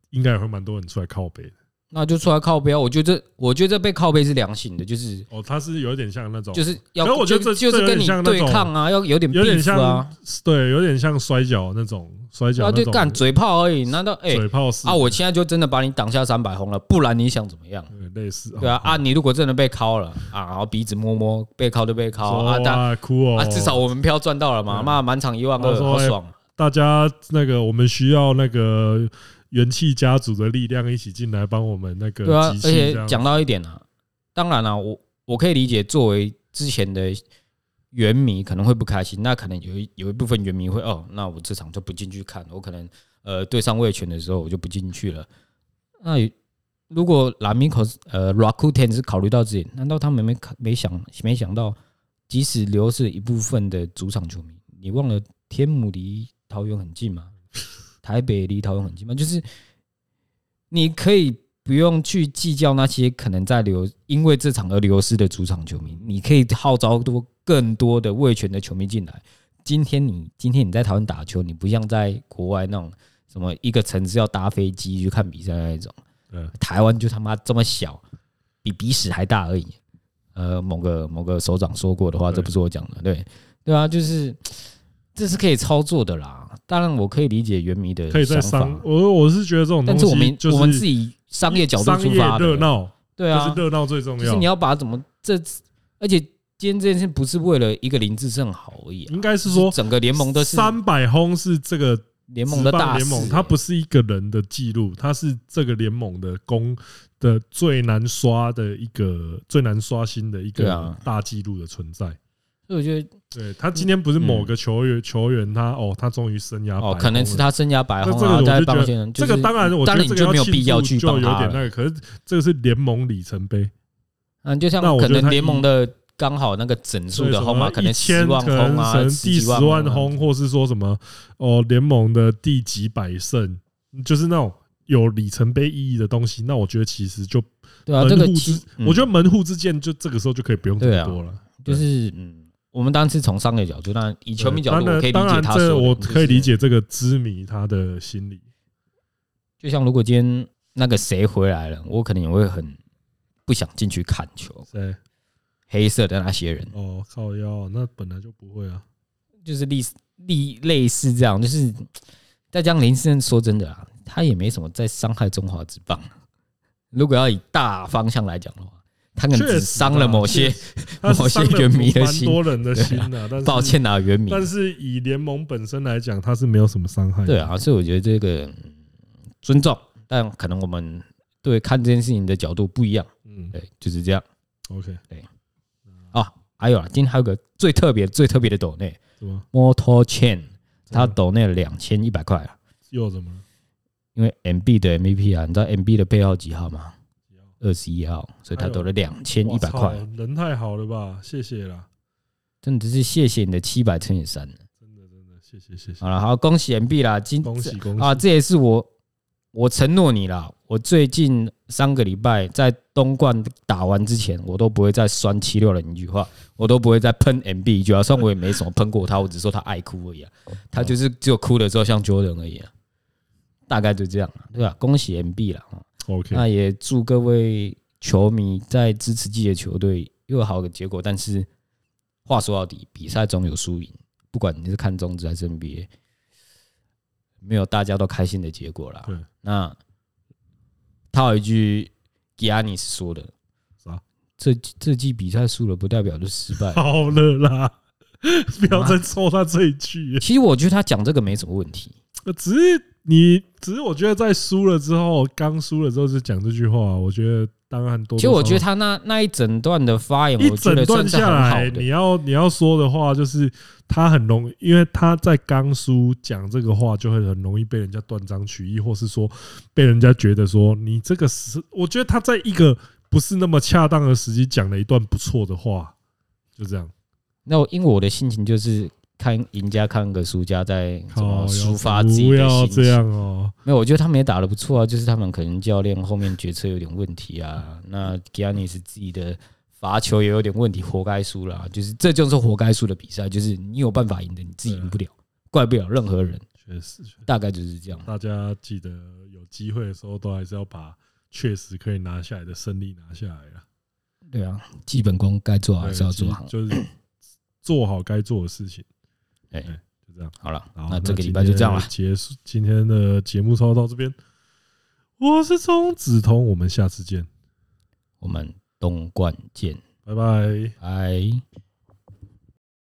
应该也会蛮多人出来靠背的。
那就出来靠背啊！我觉得这，我觉得这被靠背是良性的，就是
哦，他是有点像那种，
就是要，
可是我觉得
就
这
就
这
是
有
跟
点
你
像那
对
种
抗啊，要有点
有点
beef
像
啊，
对，有点像摔跤那种摔跤
啊，
那
对，干
种
嘴炮而已。难道哎
嘴炮式
啊，我现在就真的把你挡下三百红了，不然你想怎么样？
对类似
对啊，啊，你如果真的被敲了啊，然后鼻子摸摸，被敲就被敲
哦说
啊，但
哇哭哦
啊，至少我门票赚到了嘛，
对
妈满场一万
我
二，
说
好爽！
大家那个我们需要那个元气家族的力量一起进来帮我们那个
对啊
集，气
而
这样
且讲到一点啊，当然啊，我我可以理解，作为之前的原迷可能会不开心，那可能有一有一部分原迷会哦，那我这场就不进去看，我可能呃对上魏权的时候我就不进去了。那有如果拉米考呃 Rakuten 是考虑到这点，难道他们没考没想没想到，即使流失一部分的主场球迷，你忘了天母离桃园很近吗？台北离桃园很近吗？就是你可以不用去计较那些可能在流因为这场而流失的主场球迷，你可以号召多更多的卫权的球迷进来。今天你今天你在台湾打球，你不像在国外那种什么一个城市要搭飞机去看比赛那一种，
嗯
台湾就他妈这么小，比鼻屎还大而已。呃，某个某个首长说过的话，
对
这不是我讲的，对对啊，就是这是可以操作的啦。当然，我可以理解原迷的
可以在
想法
商，我我是觉得这种东
但
西
是我们
就是
我们自己商业角度
商
出
业
发
热
的，
闹，
对
就是
啊，
热闹最重
就是
要
你。要把怎么这，而且今天这件事不是为了一个林志胜好而已啊、
应该是说
整个联盟都是
三百轰是这个
联盟的
职棒
大
联
事
盟，
欸
它不是一个人的记录，它是这个联盟的公的最难刷的一个最难刷新的一
对
个
啊嗯
大记录的存在。
所以我觉得
对他今天不是某个球员球员他哦，他终于生涯
哦，
百
可能
轰了。
是他生涯白
那
红
这个
啊，
我
在
就觉
帮些
得
人，，
这
是
个当然，我觉
当
得
然
这
你
个
就没有
庆
必要
祝
去
就
帮
有
他
点
了
那个，可是这个是联盟里程碑，
嗯，就像
那我
可
觉得
能
他
联
一
盟的刚好那个整
所
数
以
的
什
轰嘛，
么
可
一
能
千
十万
可
轰
能可
啊，
能
十
第
几
十
万
万
轰
轰，
啊，
或是说什么哦联盟的第几百胜，就是那种有里程碑意义的东西。那我觉得其实就
对啊，这
门
个
户
其
之，
嗯
我觉得门户之见就这个时候就可以不用这
对
么
啊
多了。
就是嗯，我们当然是从商业角度，当然以球迷角
当
度，我
然
可以理
当
解
然
他
这
说，
我可以理。
哎
解这个知迷他的心理。
就像如果今天那个谁回来了，我可能也会很不想进去看球。
对，
黑色的那些人，
哦靠腰，那本来就不会啊。
就是类似类类似这样，就是再加上林先生说真的啊，他也没什么在伤害中华职棒。啊如果要以大方向来讲的话，他可能
确实
只伤了
啊
某
确
些，
他是
某些
伤了
原迷的
蛮
心
多人的心啊，但是
抱歉啊，原名。
但是以联盟本身来讲，它是没有什么伤害。
对，啊，所以我觉得这个嗯尊重，但可能我们对看这件事情的角度不一样，
嗯
对，就是这样
，OK，
啊还有啊，今天还有个最特别、最特别的抖内
怎么
，Motor Chain，他抖内两千一百块啊，
又怎么了？
因为 MB 的 MVP 啊，你知道 MB 的背号几号吗？二十一号，所以他抖了两千一
哇
百
操
块，
人太好了吧？谢谢啦，
真的是谢谢你的七百乘以三。
真的真的谢谢谢谢
好，了，好，恭喜 MB 啦，今
恭喜恭喜
啊啊，！这也是我我承诺你啦，我最近三个礼拜在东冠打完之前，我都不会再酸七六人一句话，我都不会再喷 MB 一句话。虽然我也没什么喷过他，我只说他爱哭而已啊，他就是只有哭的时候像 Jordan 而已啊，大概就这样了，对吧、啊恭喜 MB 啦，哦
OK，
那也祝各位球迷在支持自己的球队又有好的结果。但是话说到底，比赛总有输赢，不管你是看中职还是 NBA，没有大家都开心的结果啦
对。
那他有一句吉亚尼斯说的
啥？。
这这季比赛输了不代表就失败
好了啦，不要再凑他这一句了，
其实我觉得他讲这个没什么问题。
只是你，只是我觉得在输了之后，刚输了之后就讲这句话，我觉得当然多多少少。
其实我觉得他那那一整段的发言，
一
我觉
整
得
段
算是很
下
好
来，你
的。
要你要说的话就是他很容易，因为他在刚输讲这个话，就会很容易被人家断章取义，或是说被人家觉得说你这个是，我觉得他在一个不是那么恰当的时机讲了一段不错的话，就这样。
那我因为我的心情就是看赢家看个输家在怎么
靠
抒
要
发自己
不
的
要
心情。
这样哦，
没有，我觉得他们也打得不错啊，就是他们可能教练后面决策有点问题啊。那吉安尼斯自己的罚球也有点问题，活该输了啊、就是这就是活该输的比赛，就是你有办法赢的，你自己赢不了，怪不了任何人，
确实，
大概就是这样。
大家记得有机会的时候，都还是要把确实可以拿下来的胜利拿下来啊。
对啊，基本功该做哦还
对
是要做
其实
好。
就是做好该做的事情。
哎
对，就这样。
好了
好，，
那这个礼拜就这样了
今，天结束今天的节目，差不多到这边。我是钟梓潼，我们下次见，
我们东冠见，
拜拜。
拜。